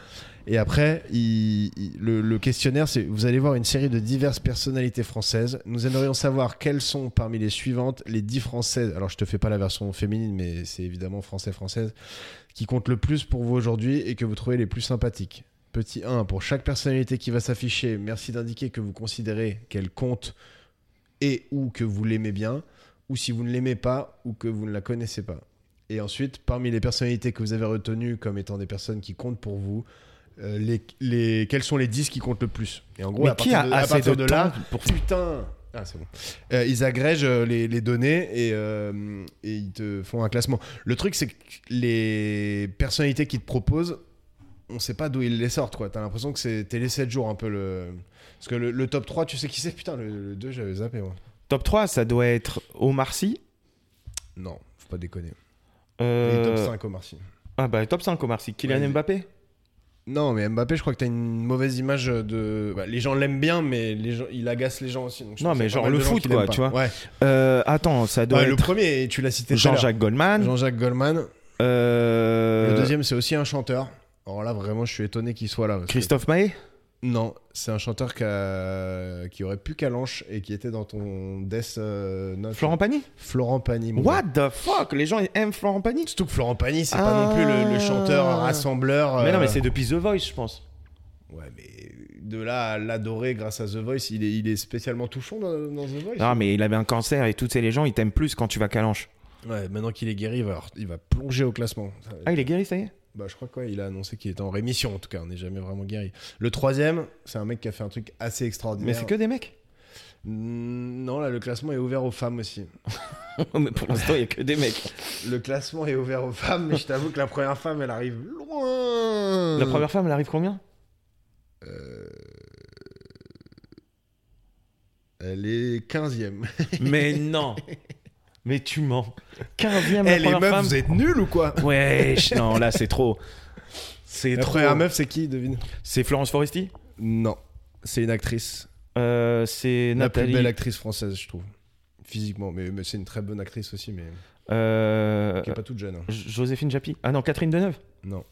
Speaker 2: Et après, il- il- le, le questionnaire, c'est vous allez voir une série de diverses personnalités françaises. Nous aimerions savoir quelles sont parmi les suivantes les 10 françaises. Alors, je te fais pas la version féminine, mais c'est évidemment français-française qui compte le plus pour vous aujourd'hui et que vous trouvez les plus sympathiques. Petit 1, pour chaque personnalité qui va s'afficher, merci d'indiquer que vous considérez qu'elle compte et ou que vous l'aimez bien, ou si vous ne l'aimez pas ou que vous ne la connaissez pas. Et ensuite, parmi les personnalités que vous avez retenues comme étant des personnes qui comptent pour vous, euh, les, les, quels sont les 10 qui comptent le plus Et en gros,
Speaker 3: Mais
Speaker 2: à
Speaker 3: qui
Speaker 2: partir
Speaker 3: a
Speaker 2: de, à
Speaker 3: assez
Speaker 2: partir
Speaker 3: de,
Speaker 2: de
Speaker 3: temps
Speaker 2: là,
Speaker 3: pour
Speaker 2: putain ah, c'est bon. Euh, ils agrègent euh, les, les données et, euh, et ils te font un classement. Le truc, c'est que les personnalités qu'ils te proposent, on sait pas d'où ils les sortent, quoi. T'as l'impression que c'est télé 7 jours, un peu le. Parce que le, le top 3, tu sais qui c'est Putain, le, le 2, j'avais zappé, moi.
Speaker 3: Top 3, ça doit être Omar Sy.
Speaker 2: Non, faut pas déconner.
Speaker 3: euh,
Speaker 2: Et top 5 Omar Sy.
Speaker 3: Ah bah top 5 Omar Sy. Kylian
Speaker 2: Ouais,
Speaker 3: Mbappé
Speaker 2: Non, mais Mbappé, je crois que t'as une mauvaise image de. bah, les gens l'aiment bien, mais les gens... il agace les gens aussi. donc je
Speaker 3: Non,
Speaker 2: pense
Speaker 3: mais
Speaker 2: qu'il y a
Speaker 3: genre
Speaker 2: pas mal
Speaker 3: le
Speaker 2: de gens
Speaker 3: foot,
Speaker 2: qui l'aiment
Speaker 3: quoi,
Speaker 2: pas.
Speaker 3: tu vois.
Speaker 2: Ouais.
Speaker 3: Euh, attends, ça doit
Speaker 2: Ouais, Le
Speaker 3: être
Speaker 2: premier, tu l'as cité tout à l'heure.
Speaker 3: Jean-Jacques Goldman.
Speaker 2: Jean-Jacques Goldman.
Speaker 3: Euh,
Speaker 2: Le deuxième, c'est aussi un chanteur. Alors là, vraiment, je suis étonné qu'il soit là. parce que-
Speaker 3: Christophe Maé
Speaker 2: Non, c'est un chanteur qui, a- qui aurait pu Calanche et qui était dans ton Death euh, Note.
Speaker 3: Florent Pagny
Speaker 2: Florent Pagny. mon
Speaker 3: What
Speaker 2: gars.
Speaker 3: the fuck Les gens aiment Florent Pagny
Speaker 2: Surtout que Florent Pagny, c'est
Speaker 3: Ah.
Speaker 2: pas non plus le, le chanteur rassembleur.
Speaker 3: Mais non,
Speaker 2: euh,
Speaker 3: mais c'est depuis The Voice, je pense.
Speaker 2: Ouais, mais de là à l'adorer grâce à The Voice, il est, il est spécialement touchant dans, dans The Voice.
Speaker 3: Non, mais il avait un cancer et toutes ces les gens, ils t'aiment plus quand tu vas Calanche.
Speaker 2: Ouais, maintenant qu'il est guéri, il va, il va plonger au classement. Ça va être-
Speaker 3: Ah, il est guéri, ça y est
Speaker 2: Bah, je crois quoi, il a annoncé qu'il était en rémission en tout cas, on n'est jamais vraiment guéri. Le troisième, c'est un mec qui a fait un truc assez extraordinaire.
Speaker 3: Mais c'est que des mecs.
Speaker 2: Mm, Non, là, le classement est ouvert aux femmes aussi.
Speaker 3: Oh, mais pour l'instant, il n'y a que des mecs.
Speaker 2: Le classement est ouvert aux femmes, mais je t'avoue que la première femme, elle arrive loin. Euh,
Speaker 3: La première femme, elle arrive combien
Speaker 2: Elle est 15ème.
Speaker 3: Mais non Mais tu mens. 15ème, la
Speaker 2: Elle Eh, les
Speaker 3: première
Speaker 2: meufs,
Speaker 3: femme.
Speaker 2: vous êtes nuls ou quoi
Speaker 3: Wesh, non, là, c'est trop. C'est
Speaker 2: La
Speaker 3: trop.
Speaker 2: première meuf, c'est qui, devine
Speaker 3: C'est Florence Foresti
Speaker 2: Non, c'est une actrice.
Speaker 3: Euh, C'est
Speaker 2: La plus
Speaker 3: Nathalie.
Speaker 2: belle actrice française, je trouve. Physiquement, mais, mais c'est une très bonne actrice aussi, mais
Speaker 3: Euh,
Speaker 2: qui est pas toute jeune. hein.
Speaker 3: J- Joséphine Japy. Ah non, Catherine Deneuve.
Speaker 2: Non.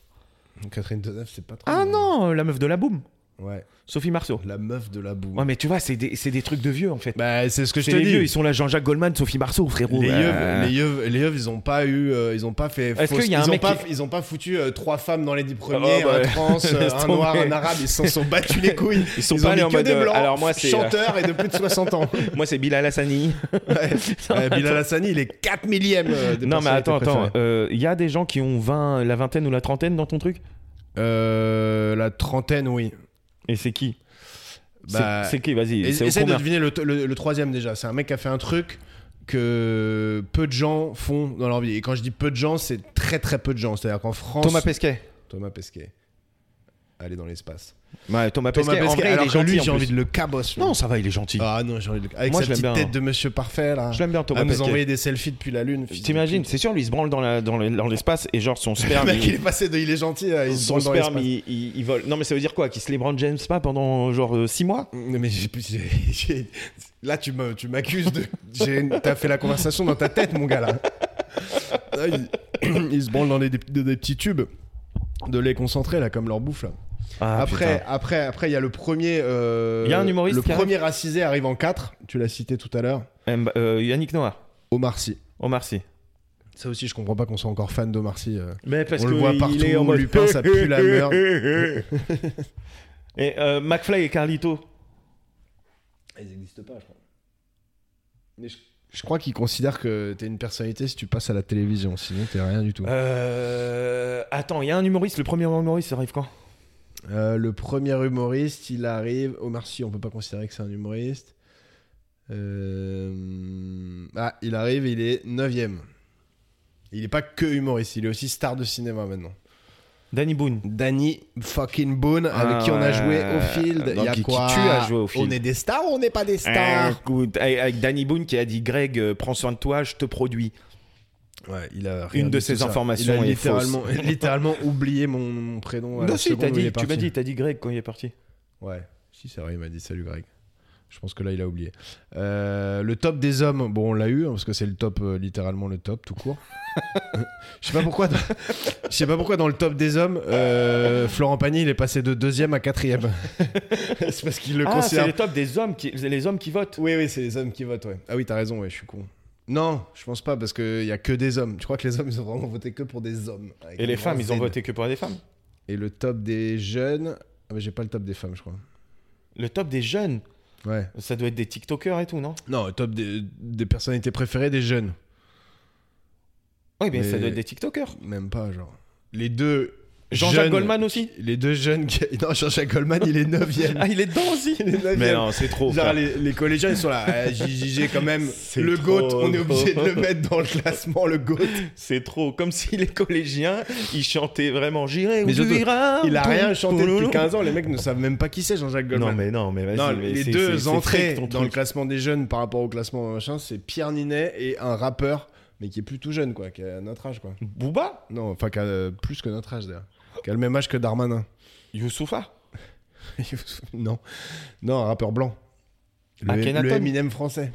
Speaker 2: Catherine Deneuve, c'est pas trop.
Speaker 3: Ah non, la meuf de la boum.
Speaker 2: Ouais,
Speaker 3: Sophie Marceau.
Speaker 2: la meuf de la boue.
Speaker 3: Ouais, mais tu vois, c'est des, c'est des trucs de vieux en fait.
Speaker 2: Bah, c'est ce que je
Speaker 3: C'est
Speaker 2: te
Speaker 3: les
Speaker 2: dis.
Speaker 3: vieux, ils sont là, Jean-Jacques Goldman, Sophie Marceau, frérot.
Speaker 2: les
Speaker 3: Euh,
Speaker 2: yeux, les yeux, les yeux, ils ont pas eu, euh, ils ont pas fait.
Speaker 3: Est-ce
Speaker 2: fausse-
Speaker 3: qu'il y a un
Speaker 2: ils ont
Speaker 3: mec
Speaker 2: pas,
Speaker 3: qui-
Speaker 2: ils ont pas foutu euh, trois femmes dans les dix premiers,
Speaker 3: Oh, bah,
Speaker 2: un trans, euh,
Speaker 3: laisse
Speaker 2: un noir,
Speaker 3: tomber.
Speaker 2: un arabe, ils s'en sont battus les couilles.
Speaker 3: Ils sont
Speaker 2: ils ont
Speaker 3: pas
Speaker 2: mis
Speaker 3: allés en
Speaker 2: que
Speaker 3: mode.
Speaker 2: des
Speaker 3: euh,
Speaker 2: blancs,
Speaker 3: alors moi, c'est. euh,
Speaker 2: chanteurs et de plus de 60 ans.
Speaker 3: moi, c'est Bilal Hassani.
Speaker 2: Ouais. Euh, Bilal Hassani, il est 4 millième. euh, des
Speaker 3: non, mais
Speaker 2: personnalités
Speaker 3: attends, attends.
Speaker 2: préférées.
Speaker 3: Il y a des gens qui ont 20, la vingtaine ou la trentaine dans ton truc
Speaker 2: Euh, la trentaine, oui.
Speaker 3: Et c'est qui C'est-
Speaker 2: Bah,
Speaker 3: C'est qui Vas-y,
Speaker 2: Ess-
Speaker 3: c'est au
Speaker 2: Essaye de
Speaker 3: combien
Speaker 2: deviner le, t- le- le troisième déjà. C'est un mec qui a fait un truc que peu de gens font dans leur vie. Et quand je dis peu de gens, c'est très très peu de gens. C'est-à-dire qu'en France.
Speaker 3: Thomas Pesquet.
Speaker 2: Thomas Pesquet. Aller dans l'espace.
Speaker 3: Ouais, Thomas Pesquet.
Speaker 2: Thomas Pesquet,
Speaker 3: en vrai,
Speaker 2: alors
Speaker 3: il est
Speaker 2: que
Speaker 3: gentil.
Speaker 2: lui,
Speaker 3: en
Speaker 2: j'ai envie
Speaker 3: plus.
Speaker 2: de le cabosse. lui.
Speaker 3: Non, ça va, il est gentil.
Speaker 2: Ah non, j'ai envie de le- Avec
Speaker 3: Moi, je
Speaker 2: sa
Speaker 3: l'aime
Speaker 2: petite
Speaker 3: bien, hein.
Speaker 2: tête de monsieur parfait là.
Speaker 3: Je l'aime bien, Thomas
Speaker 2: à nous
Speaker 3: Pesquet.
Speaker 2: envoyer des selfies depuis la lune.
Speaker 3: T'imagines C'est sûr, lui, il se branle dans la- dans le- dans l'espace et genre son
Speaker 2: Le
Speaker 3: sperme.
Speaker 2: mec,
Speaker 3: il-
Speaker 2: il est passé de il est gentil à il se
Speaker 3: Son
Speaker 2: branle dans
Speaker 3: sperme,
Speaker 2: l'espace.
Speaker 3: il, il- il vole. Non, mais ça veut dire quoi Qu'il se les branle James pas pendant genre 6 mois
Speaker 2: Non, Mais j'ai- j'ai- j'ai- là, tu me- tu m'accuses de. j'ai- T'as fait la conversation dans ta tête, mon gars, là. Là, il... il se branle dans les- des, des petits tubes de lait concentré, là, comme leur bouffe, là.
Speaker 3: Ah,
Speaker 2: après, après, après, il y a le premier. euh,
Speaker 3: Il y a un humoriste
Speaker 2: Le
Speaker 3: qui
Speaker 2: premier racisé arrive en 4, tu l'as cité tout à l'heure,
Speaker 3: putain. Mb- euh, Yannick Noah,
Speaker 2: Omar Sy.
Speaker 3: Omar Sy.
Speaker 2: Ça aussi, je comprends pas qu'on soit encore fan d'Omar Sy. euh.
Speaker 3: Mais parce
Speaker 2: On le voit partout, Lupin, ça pue la merde.
Speaker 3: Et euh, McFly et Carlito.
Speaker 2: Ah, Ils n'existent pas, je crois. Mais je, je crois qu'ils considèrent que t'es une personnalité si tu passes à la télévision, sinon t'es rien du tout.
Speaker 3: Euh, attends, il y a un humoriste, le premier humoriste, ça arrive quand
Speaker 2: Euh, le premier humoriste, il arrive. Omar Sy, on peut pas considérer que c'est un humoriste. Euh, Ah, il arrive, il est 9ème. Il est pas que humoriste, il est aussi star de cinéma maintenant.
Speaker 3: Danny Boone.
Speaker 2: Danny fucking Boone, avec
Speaker 3: Ah
Speaker 2: qui on a
Speaker 3: ouais.
Speaker 2: joué au field.
Speaker 3: Donc,
Speaker 2: Il y a
Speaker 3: qui- qui
Speaker 2: quoi
Speaker 3: tue à jouer au field.
Speaker 2: On est des stars ou on n'est pas des
Speaker 3: Ah,
Speaker 2: stars
Speaker 3: écoute, avec, avec Danny Boone qui a dit Greg, euh, prends soin de toi, je te produis.
Speaker 2: Ouais, il a rien
Speaker 3: Une de
Speaker 2: tout
Speaker 3: ces
Speaker 2: ça.
Speaker 3: informations
Speaker 2: Il a
Speaker 3: est
Speaker 2: littéralement, littéralement oublié mon, mon prénom. à la
Speaker 3: non, si,
Speaker 2: seconde
Speaker 3: t'as
Speaker 2: où il
Speaker 3: dit,
Speaker 2: est
Speaker 3: tu m'as
Speaker 2: parti.
Speaker 3: dit, t'as dit Greg quand il est parti.
Speaker 2: Ouais, si, c'est vrai, il m'a dit salut Greg. Je pense que là, il a oublié. Euh, le top des hommes, bon, on l'a eu, hein, parce que c'est le top, euh, littéralement le top, tout court. Je sais pas pourquoi. dans- Je sais pas pourquoi dans le top des hommes, euh, Florent Pagny, il est passé de deuxième à quatrième. c'est parce qu'il le
Speaker 3: Ah, c'est
Speaker 2: considère.
Speaker 3: les top des hommes qui, les hommes qui votent.
Speaker 2: Oui, oui, c'est les hommes qui votent, ouais. Ah oui, t'as raison, ouais, je suis con. Non, je pense pas, parce qu'il y a que des hommes. Je crois que les hommes, ils ont vraiment voté que pour des hommes. avec
Speaker 3: Et
Speaker 2: un
Speaker 3: les
Speaker 2: grand
Speaker 3: femmes, ils ont
Speaker 2: Z.
Speaker 3: voté que pour des femmes.
Speaker 2: Et le top des jeunes. Ah, mais j'ai pas le top des femmes, je crois.
Speaker 3: Le top des jeunes,
Speaker 2: Ouais.
Speaker 3: ça doit être des TikTokers et tout, non
Speaker 2: Non, le top des, des personnalités préférées des jeunes.
Speaker 3: Oui, mais, ça
Speaker 2: Mais-
Speaker 3: doit être des TikTokers.
Speaker 2: Même pas, genre. Les deux.
Speaker 3: Jean-Jacques
Speaker 2: jeunes-
Speaker 3: Goldman aussi.
Speaker 2: Les deux jeunes. qui- Non, Jean-Jacques Goldman, il est 9ème.
Speaker 3: Ah, il est dedans aussi.
Speaker 2: Il est 9
Speaker 3: Mais non, c'est trop.
Speaker 2: Genre,
Speaker 3: frère.
Speaker 2: les, les collégiens, ils sont là. Ah, JJJ, quand même.
Speaker 3: C'est
Speaker 2: Le
Speaker 3: trop
Speaker 2: GOAT, on est
Speaker 3: drôle.
Speaker 2: obligé de le mettre dans le classement, le GOAT.
Speaker 3: C'est trop. Comme si les collégiens, ils chantaient vraiment J'irai où
Speaker 2: Mais
Speaker 3: tu
Speaker 2: surtout,
Speaker 3: iras.
Speaker 2: Il a
Speaker 3: pou-
Speaker 2: rien chanté depuis
Speaker 3: pouloulou.
Speaker 2: 15 ans. Les mecs ne savent même pas qui c'est Jean-Jacques Goldman.
Speaker 3: Non, mais non, mais vas-y.
Speaker 2: Non,
Speaker 3: mais
Speaker 2: les
Speaker 3: c'est- c'est-
Speaker 2: deux
Speaker 3: c'est
Speaker 2: entrées
Speaker 3: fake, ton
Speaker 2: dans le
Speaker 3: truc.
Speaker 2: classement des jeunes par rapport au classement machin, c'est Pierre Ninet et un rappeur, mais qui est plus tout jeune, quoi, qui a notre âge, quoi.
Speaker 3: Booba
Speaker 2: Non, enfin, qui a, euh, plus que notre âge, d'ailleurs. Qui a le même âge que Darmanin.
Speaker 3: Youssoufa
Speaker 2: non. Non, un rappeur blanc. Le,
Speaker 3: Akhenaton.
Speaker 2: le Eminem français.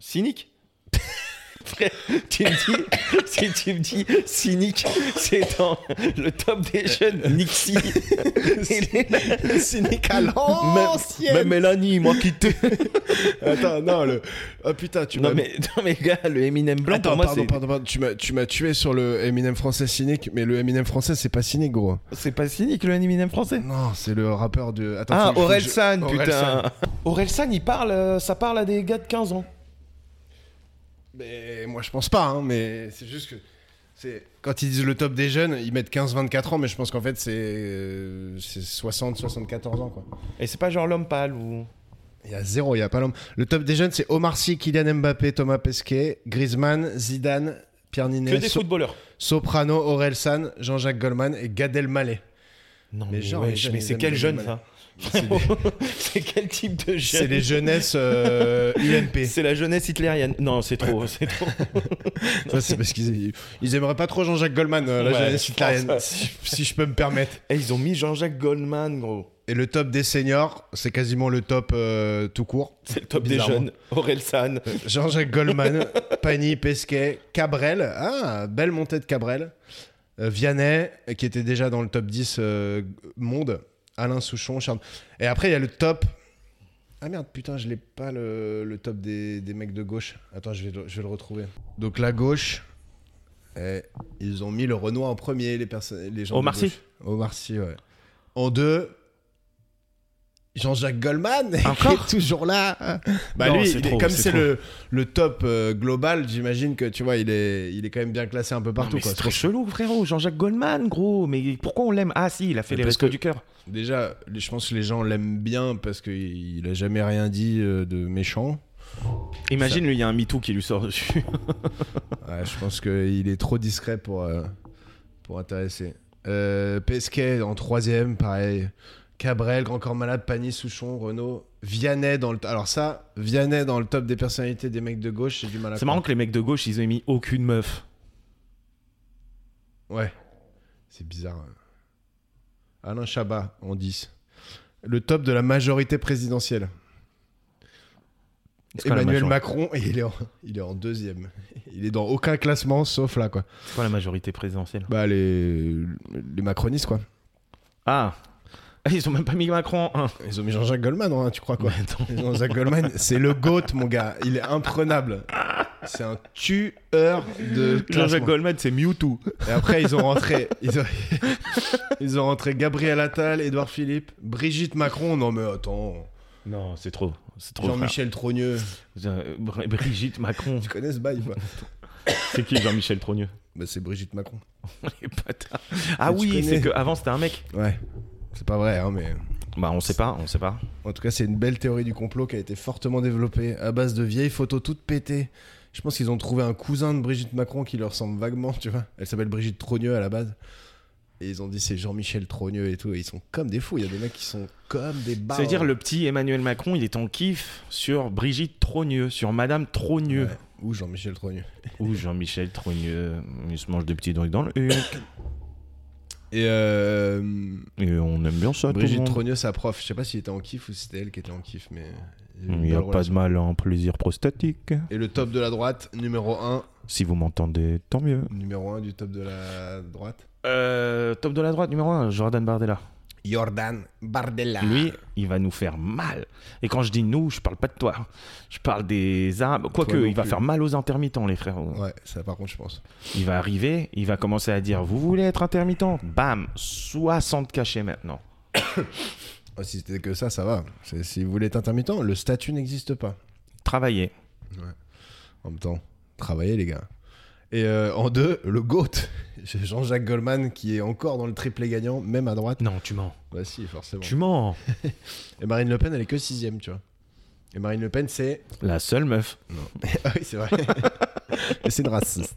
Speaker 3: Cynique Frère, tu me dis, si tu me dis cynique, c'est dans le top des jeunes, Nixie. Il est là.
Speaker 2: Cynique à
Speaker 3: Même, même Mélanie, moi qui t'ai.
Speaker 2: Attends, non, le. Oh putain, tu
Speaker 3: Non
Speaker 2: m'as-
Speaker 3: mais, non mais gars, le Eminem blanc,
Speaker 2: Attends,
Speaker 3: pour moi,
Speaker 2: pardon,
Speaker 3: c'est-
Speaker 2: pardon, pardon, tu m'as- tu m'as tué sur le Eminem français cynique, mais le Eminem français, c'est pas cynique, gros.
Speaker 3: c'est pas cynique le Eminem français.
Speaker 2: Non, c'est le rappeur de. Attends, faut-
Speaker 3: Ah,
Speaker 2: faut que je-
Speaker 3: Orelsan,
Speaker 2: Orelsan.
Speaker 3: putain. Orelsan, il parle, euh, ça parle à des gars de 15 ans.
Speaker 2: Mais moi je pense pas, hein, mais c'est juste que. c'est Quand ils disent le top des jeunes, ils mettent 15-24 ans, mais je pense qu'en fait c'est euh, 60-74 ans. Quoi.
Speaker 3: Et c'est pas genre l'homme pâle ou...
Speaker 2: Il y a zéro, il y a pas l'homme. Le top des jeunes, c'est Omar Sy, Kylian Mbappé, Thomas Pesquet, Griezmann, Zidane, Pierre
Speaker 3: Que
Speaker 2: Niney,
Speaker 3: des
Speaker 2: So-
Speaker 3: footballeurs.
Speaker 2: Soprano, Orelsan, Jean-Jacques Goldman et Gad Elmaleh.
Speaker 3: Non
Speaker 2: Mais
Speaker 3: mais,
Speaker 2: genre,
Speaker 3: wesh,
Speaker 2: les jeunes,
Speaker 3: mais
Speaker 2: ils
Speaker 3: c'est
Speaker 2: aiment
Speaker 3: quel
Speaker 2: les
Speaker 3: jeune
Speaker 2: Eminem.
Speaker 3: ça
Speaker 2: C'est des-
Speaker 3: C'est quel type
Speaker 2: C'est
Speaker 3: de jeune
Speaker 2: les jeunesses euh, UMP.
Speaker 3: C'est la jeunesse hitlérienne. Non, c'est trop, c'est trop.
Speaker 2: Ça, c'est parce qu'ils ils aimeraient pas trop Jean-Jacques Goldman, euh, la
Speaker 3: Ouais,
Speaker 2: jeunesse
Speaker 3: je pense,
Speaker 2: hitlérienne,
Speaker 3: ouais.
Speaker 2: si- si je peux me permettre.
Speaker 3: Et ils ont mis Jean-Jacques Goldman, gros.
Speaker 2: Et le top des seniors, c'est quasiment le top euh, tout court.
Speaker 3: C'est le top des
Speaker 2: Bizarrement.
Speaker 3: jeunes. Orelsan.
Speaker 2: Jean-Jacques Goldman, Pani, Pesquet, Cabrel. Ah, belle montée de Cabrel. Euh, Vianney, qui était déjà dans le top 10 euh, monde. Alain Souchon, Charles. Et après, il y a le top. Ah merde, putain, je l'ai pas le, le top des, des mecs de gauche. Attends, je vais, le- je vais le retrouver. Donc la gauche, eh, ils ont mis le Renoir en premier, les, perso- les gens.
Speaker 3: Omar
Speaker 2: de
Speaker 3: Sy.
Speaker 2: gauche. Omar Sy, ouais. En deux, Jean-Jacques Goldman, qui
Speaker 3: Encore Ah.
Speaker 2: est toujours là. Bah
Speaker 3: Non,
Speaker 2: lui,
Speaker 3: c'est
Speaker 2: il est-
Speaker 3: trop,
Speaker 2: comme
Speaker 3: c'est
Speaker 2: c'est
Speaker 3: trop.
Speaker 2: le, le top euh, global, j'imagine que tu vois, il est, il est quand même bien classé un peu partout.
Speaker 3: Non, mais
Speaker 2: quoi.
Speaker 3: C'est trop chelou, frérot. Jean-Jacques Goldman, gros. Mais pourquoi on l'aime Ah, si, il a fait
Speaker 2: Mais
Speaker 3: les
Speaker 2: parce
Speaker 3: restos
Speaker 2: que-
Speaker 3: du cœur.
Speaker 2: Déjà, les- je pense que les gens l'aiment bien parce qu'il a jamais rien dit euh, de méchant.
Speaker 3: Imagine, lui, il y a un MeToo qui lui sort dessus.
Speaker 2: Ouais, je pense qu'il est trop discret pour, euh, pour intéresser. Euh, Pesquet en troisième, pareil. Cabrel, Grand Corps Malade, Pagny, Souchon, Renault. Vianney dans le... t- Alors ça, Vianney dans le top des personnalités des mecs de gauche, j'ai du mal à
Speaker 3: C'est marrant
Speaker 2: croire.
Speaker 3: que les mecs de gauche, ils ont mis aucune meuf.
Speaker 2: Ouais. C'est bizarre. hein. Alain Chabat en 10. Le top de la majorité présidentielle.
Speaker 3: C'est quoi la
Speaker 2: Emmanuel
Speaker 3: majorité
Speaker 2: Macron, et il est, en, il est en deuxième. Il est dans aucun classement sauf là, quoi.
Speaker 3: C'est quoi la majorité présidentielle
Speaker 2: Bah, les, les macronistes, quoi.
Speaker 3: Ah Ah, Ils ont même pas mis Macron hein. en un.
Speaker 2: Ils ont mis Jean-Jacques Goldman, hein, tu crois, quoi.
Speaker 3: Mais attends.
Speaker 2: Jean-Jacques Goldman, c'est le GOAT, mon gars. Il est imprenable. C'est un tueur de
Speaker 3: Jean-Jacques
Speaker 2: classement.
Speaker 3: Goldman, c'est Mewtwo.
Speaker 2: Et après, ils ont rentré. Ils ont, ils ont rentré Gabriel Attal, Édouard Philippe, Brigitte Macron. Non, mais attends.
Speaker 3: Non, c'est trop. C'est trop.
Speaker 2: Jean-Michel Trogneux.
Speaker 3: frère. Euh, Br- Brigitte Macron.
Speaker 2: Tu connais ce bail ou pas
Speaker 3: C'est qui Jean-Michel Trogneux
Speaker 2: Bah, c'est Brigitte Macron.
Speaker 3: Les bâtards. Ah
Speaker 2: Mais tu
Speaker 3: oui,
Speaker 2: connais.
Speaker 3: c'est qu'avant, c'était un mec.
Speaker 2: Ouais. C'est pas vrai, hein, mais.
Speaker 3: Bah, on sait pas, on sait pas.
Speaker 2: En tout cas, c'est une belle théorie du complot qui a été fortement développée à base de vieilles photos toutes pétées. Je pense qu'ils ont trouvé un cousin de Brigitte Macron qui leur ressemble vaguement, tu vois. Elle s'appelle Brigitte Trogneux à la base. Et ils ont dit c'est Jean-Michel Trogneux et tout. Et ils sont comme des fous. Il y a des mecs qui sont comme des barres.
Speaker 3: Ça veut dire le petit Emmanuel Macron, il est en kiff sur Brigitte Trogneux, sur Madame Trogneux.
Speaker 2: Ouais. Ou Jean-Michel Trogneux.
Speaker 3: Ou Jean-Michel Trogneux, il se mange des petits trucs dans le huc.
Speaker 2: Et euh,
Speaker 3: Et on aime bien ça, tout le
Speaker 2: Brigitte
Speaker 3: monde.
Speaker 2: Trogneux, sa prof. Je sais pas s'il était en kiff ou si c'était elle qui était en kiff, mais euh,
Speaker 3: Il n'y a pas de mal en plaisir prostatique.
Speaker 2: Et le top de la droite, numéro 1.
Speaker 3: Si vous m'entendez, tant mieux.
Speaker 2: Numéro 1 du top de la droite.
Speaker 3: Euh, top de la droite, numéro 1, Jordan Bardella.
Speaker 2: Jordan Bardella.
Speaker 3: Lui, il va nous faire mal. Et quand je dis nous, je parle pas de toi. Je parle des Arabes. Quoique,
Speaker 2: non
Speaker 3: il va
Speaker 2: plus.
Speaker 3: faire mal aux intermittents, les frères.
Speaker 2: Ouais, ça par contre, je pense.
Speaker 3: Il va arriver, il va commencer à dire Vous voulez être intermittent Bam 60 cachets maintenant.
Speaker 2: Ah, si c'était que ça, ça va. C'est- Si vous voulez être intermittent, le statut n'existe pas.
Speaker 3: Travailler.
Speaker 2: En même temps, travaillez, les gars. Et euh, en deux, le GOAT. J'ai Jean-Jacques Goldman qui est encore dans le triplé gagnant, même à droite.
Speaker 3: Non, tu mens.
Speaker 2: Bah si, forcément.
Speaker 3: Tu mens.
Speaker 2: Et Marine Le Pen, elle est que sixième, tu vois. Et Marine Le Pen, c'est.
Speaker 3: La seule meuf.
Speaker 2: Ah oui, c'est vrai. Et c'est une raciste.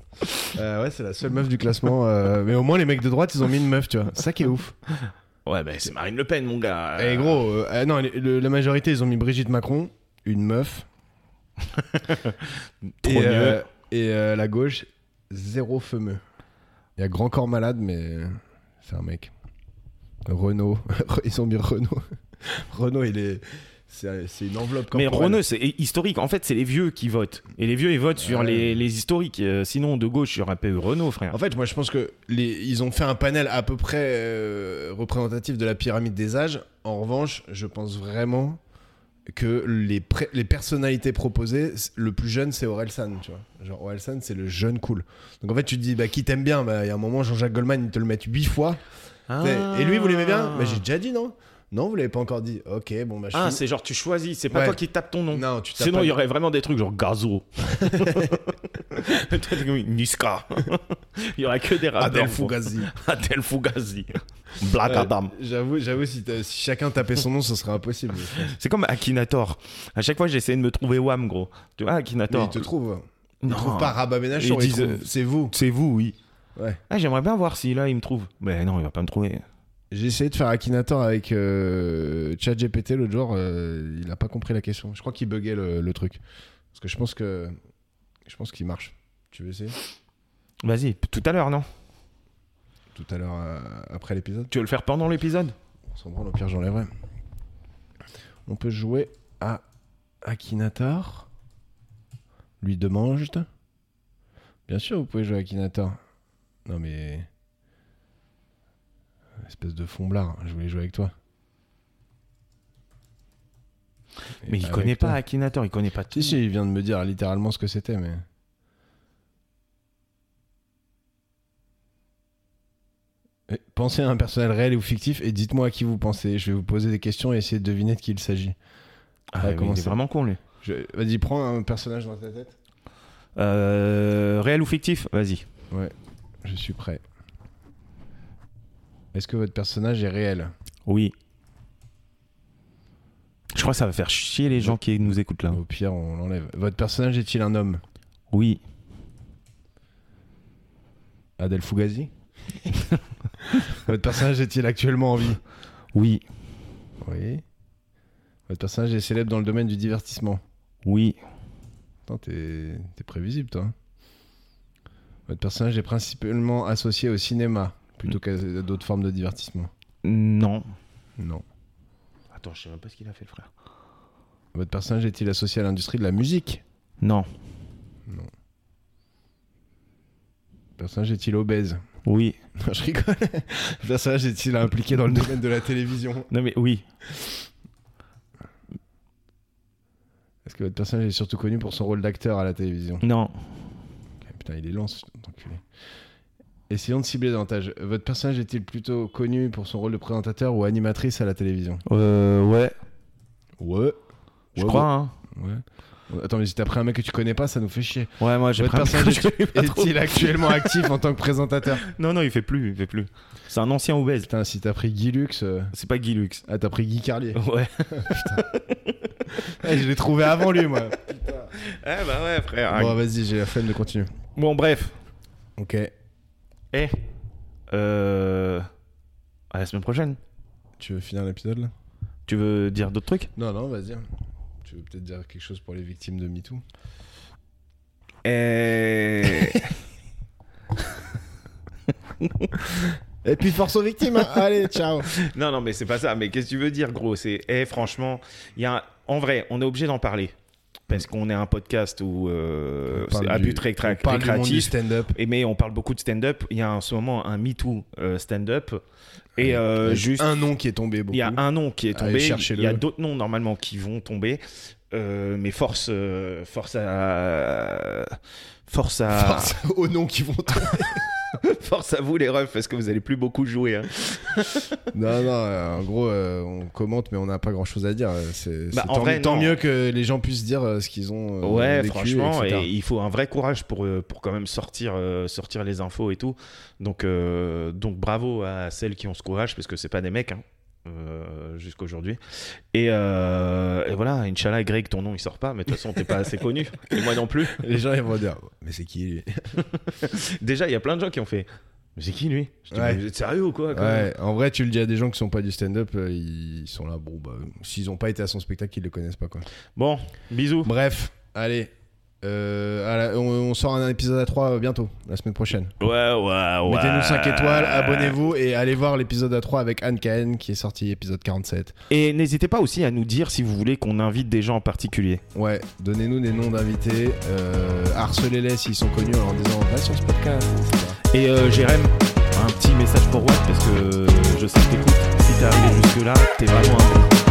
Speaker 2: Euh, ouais, c'est la seule meuf du classement. euh, mais au moins, les mecs de droite, ils ont mis une meuf, tu vois. C'est Ça qui est ouf.
Speaker 3: Ouais, ben c'est Marine Le Pen, mon gars.
Speaker 2: Et gros, euh, euh, non, les- le- la majorité, ils ont mis Brigitte Macron, une meuf.
Speaker 3: Trop
Speaker 2: et
Speaker 3: mieux.
Speaker 2: euh, et, euh, la gauche, zéro fumeux. Il y a Grand Corps Malade, mais c'est un mec. Renault. ils ont mis Renault. Renault, il est. C'est c'est une enveloppe
Speaker 3: Mais
Speaker 2: corporelle.
Speaker 3: Renault, c'est historique. En fait, c'est les vieux qui votent. Et les vieux, ils votent sur
Speaker 2: Ouais.
Speaker 3: les, les historiques. Euh, sinon, de gauche, il y aurait pas eu Renault, frère.
Speaker 2: En fait, moi, je pense que les, ils ont fait un panel à peu près euh, représentatif de la pyramide des âges. En revanche, je pense vraiment que les, pré- les personnalités proposées, c- le plus jeune, c'est Orelsan, tu vois. Genre, Orelsan, c'est le jeune cool. Donc, en fait, tu te dis, bah, qui t'aime bien Bah, il y a un moment, Jean-Jacques Goldman, il te le met huit fois. T'sais, Et lui, vous l'aimez bien Mais j'ai déjà dit non. Non, vous l'avez pas encore dit. Ok, bon, bah, je
Speaker 3: Ah,
Speaker 2: suis-
Speaker 3: c'est genre, tu choisis. C'est pas
Speaker 2: Ouais.
Speaker 3: toi qui tapes ton nom.
Speaker 2: Non, tu tapes
Speaker 3: Sinon,
Speaker 2: pas-
Speaker 3: il y aurait vraiment des trucs genre Gazo. Peut-être que oui, Niska. Il y aurait que des rappeurs.
Speaker 2: Adel Fugazi.
Speaker 3: Adel Fugazi. Black
Speaker 2: Euh,
Speaker 3: Adam.
Speaker 2: J'avoue, j'avoue, si, t'as- si chacun tapait son nom, ce serait impossible.
Speaker 3: C'est comme Akinator. À chaque fois, j'essayais de me trouver Wam, gros. Tu vois,
Speaker 2: Mais
Speaker 3: Akinator.
Speaker 2: il te trouve.
Speaker 3: Non.
Speaker 2: Ils trouvent pas Rabat Ménachon,
Speaker 3: Ils
Speaker 2: ils
Speaker 3: disent,
Speaker 2: trouvent-
Speaker 3: euh,
Speaker 2: c'est vous.
Speaker 3: C'est vous, oui.
Speaker 2: Ouais.
Speaker 3: Ah, j'aimerais bien voir si là, il me trouve. Mais non, il va pas me trouver.
Speaker 2: J'ai essayé de faire Akinator avec euh, ChatGPT l'autre jour, euh, il a pas compris la question. Je crois qu'il buguait le, le truc. Parce que je pense que je pense qu'il marche. Tu veux essayer
Speaker 3: Vas-y, p- tout à l'heure, non
Speaker 2: Tout à l'heure euh, après l'épisode,
Speaker 3: Tu veux le faire pendant l'épisode
Speaker 2: on s'en prend au pire j'enlèverai. On peut jouer à Akinator. Lui demande. Bien sûr, vous pouvez jouer à Akinator. Non mais espèce de fomblard, je voulais jouer avec toi. Et
Speaker 3: Mais il
Speaker 2: avec
Speaker 3: connaît
Speaker 2: toi.
Speaker 3: pas Akinator, il connaît pas tout.
Speaker 2: Si, si, il vient de me dire littéralement ce que c'était, mais. Eh, Pensez à un personnel réel ou fictif et dites-moi à qui vous pensez. Je vais vous poser des questions et essayer de deviner de qui il s'agit.
Speaker 3: Ah,
Speaker 2: Ah,
Speaker 3: oui,
Speaker 2: comment
Speaker 3: il est
Speaker 2: ça
Speaker 3: vraiment con, lui.
Speaker 2: Je- Vas-y, prends un personnage dans ta tête.
Speaker 3: Euh, réel ou fictif Vas-y.
Speaker 2: Je suis prêt. Est-ce que votre personnage est réel
Speaker 3: Oui. Je crois que ça va faire chier les gens qui nous écoutent là.
Speaker 2: Au pire, on l'enlève. Votre personnage est-il un homme
Speaker 3: Oui.
Speaker 2: Adel Fugazi Votre personnage est-il actuellement en vie
Speaker 3: Oui.
Speaker 2: Oui. Votre personnage est célèbre dans le domaine du divertissement
Speaker 3: Oui.
Speaker 2: Putain, t'es t'es prévisible, toi. Votre personnage est principalement associé au cinéma, plutôt
Speaker 3: Mm.
Speaker 2: qu'à d'autres formes de divertissement.
Speaker 3: Non.
Speaker 2: Non.
Speaker 3: Attends, je sais même pas ce qu'il a fait, le frère.
Speaker 2: Votre personnage est-il associé à l'industrie de la musique
Speaker 3: Non.
Speaker 2: Votre personnage est-il obèse
Speaker 3: Oui.
Speaker 2: Non, je rigole. Votre personnage est-il impliqué dans le domaine de la télévision
Speaker 3: Non, mais oui.
Speaker 2: Est-ce que votre personnage est surtout connu pour son rôle d'acteur à la télévision
Speaker 3: Non.
Speaker 2: Ok, Putain, il est lent, cet enculé. Essayons de cibler davantage. Votre personnage est-il plutôt connu pour son rôle de présentateur ou animatrice à la télévision
Speaker 3: Euh, ouais.
Speaker 2: Ouais.
Speaker 3: Je
Speaker 2: Ouais,
Speaker 3: crois, hein.
Speaker 2: Ouais. Attends, mais si t'as pris un mec que tu connais pas, ça nous fait chier.
Speaker 3: Ouais, moi, j'ai
Speaker 2: Votre
Speaker 3: pris un
Speaker 2: personnage
Speaker 3: truc, je l'ai pas trop.
Speaker 2: Est-il actuellement actif en tant que présentateur
Speaker 3: Non, non, il fait plus, il fait plus. C'est un ancien obèse.
Speaker 2: Putain, si t'as pris Guy Lux, euh,
Speaker 3: C'est pas Guy Lux.
Speaker 2: ah t'as pris Guy Carlier.
Speaker 3: Ouais.
Speaker 2: Eh, je l'ai trouvé avant lui, moi.
Speaker 3: Eh bah ouais, frère.
Speaker 2: Bon,
Speaker 3: Bon,
Speaker 2: vas-y, j'ai la flemme de continuer.
Speaker 3: bref.
Speaker 2: Ok.
Speaker 3: Eh. Euh. À la semaine prochaine.
Speaker 2: Tu veux finir l'épisode là
Speaker 3: Tu veux dire d'autres trucs
Speaker 2: Non, non, vas-y. Tu veux peut-être dire quelque chose pour les victimes de MeToo
Speaker 3: Eh.
Speaker 2: Et puis force aux victimes. hein. Allez, ciao.
Speaker 3: Non, non, mais c'est pas ça. Mais qu'est-ce que tu veux dire, gros C'est, eh, franchement, il y a. un- en vrai, on est obligé d'en parler. Parce qu'on est un podcast où euh,
Speaker 2: On parle
Speaker 3: c'est à
Speaker 2: du-
Speaker 3: but très,
Speaker 2: on
Speaker 3: très
Speaker 2: parle du monde du
Speaker 3: créatif.
Speaker 2: stand-up.
Speaker 3: Et mais on parle beaucoup de stand-up. Il y a en ce moment un MeToo euh, stand-up. Et euh,
Speaker 2: Avec
Speaker 3: juste,
Speaker 2: un nom qui est tombé beaucoup.
Speaker 3: il y a un nom qui est
Speaker 2: Allez,
Speaker 3: tombé. Il
Speaker 2: cherchez-le.
Speaker 3: y a d'autres noms normalement qui vont tomber. Euh, mais force, euh, force à, force à,
Speaker 2: Force aux noms qui vont tomber.
Speaker 3: force à vous les refs parce que vous allez plus beaucoup jouer. hein.
Speaker 2: non, non, euh, en gros, euh, on commente, mais on n'a pas grand chose à dire. Euh, C'est
Speaker 3: Bah,
Speaker 2: c'est
Speaker 3: en
Speaker 2: tant,
Speaker 3: vrai,
Speaker 2: tant
Speaker 3: non.
Speaker 2: mieux que les gens puissent dire euh, ce qu'ils ont. euh,
Speaker 3: ouais,
Speaker 2: vécu,
Speaker 3: franchement,
Speaker 2: etc.
Speaker 3: et il faut un vrai courage pour, euh, pour quand même sortir, euh, sortir les infos et tout. Donc, euh, donc bravo à celles qui ont ce courage, parce que c'est pas des mecs, hein, euh, jusqu'à aujourd'hui. Et, euh, et voilà, Inch'Allah, Greg, ton nom il sort pas, mais de toute façon, t'es pas assez connu, et moi non plus.
Speaker 2: Les gens, ils vont dire Mais c'est qui lui
Speaker 3: Déjà, il y a plein de gens qui ont fait. Mais c'est qui lui Je dis,
Speaker 2: Ouais.
Speaker 3: mais Vous êtes sérieux ou quoi quand même
Speaker 2: Ouais, en vrai, tu le dis à des gens qui sont pas du stand-up, euh, ils sont là. Bon, bah, s'ils n'ont pas été à son spectacle, ils le connaissent pas, quoi.
Speaker 3: Bon, bisous.
Speaker 2: Bref, allez. Euh, à la- on, on sort un épisode à 3 bientôt, la semaine prochaine.
Speaker 3: Ouais, ouais, ouais.
Speaker 2: Mettez-nous 5 étoiles, abonnez-vous et allez voir l'épisode à 3 avec Anne Cahen qui est sorti, épisode 47.
Speaker 3: Et n'hésitez pas aussi à nous dire si vous voulez qu'on invite des gens en particulier.
Speaker 2: Ouais, donnez-nous des noms d'invités, euh, harcelez-les s'ils sont connus en leur disant va sur ce podcast. etc.
Speaker 3: Et euh, Jérém, un petit message pour Watt parce que euh, je sais que t'écoutes. Si t'es arrivé jusque-là, t'es vraiment un bon.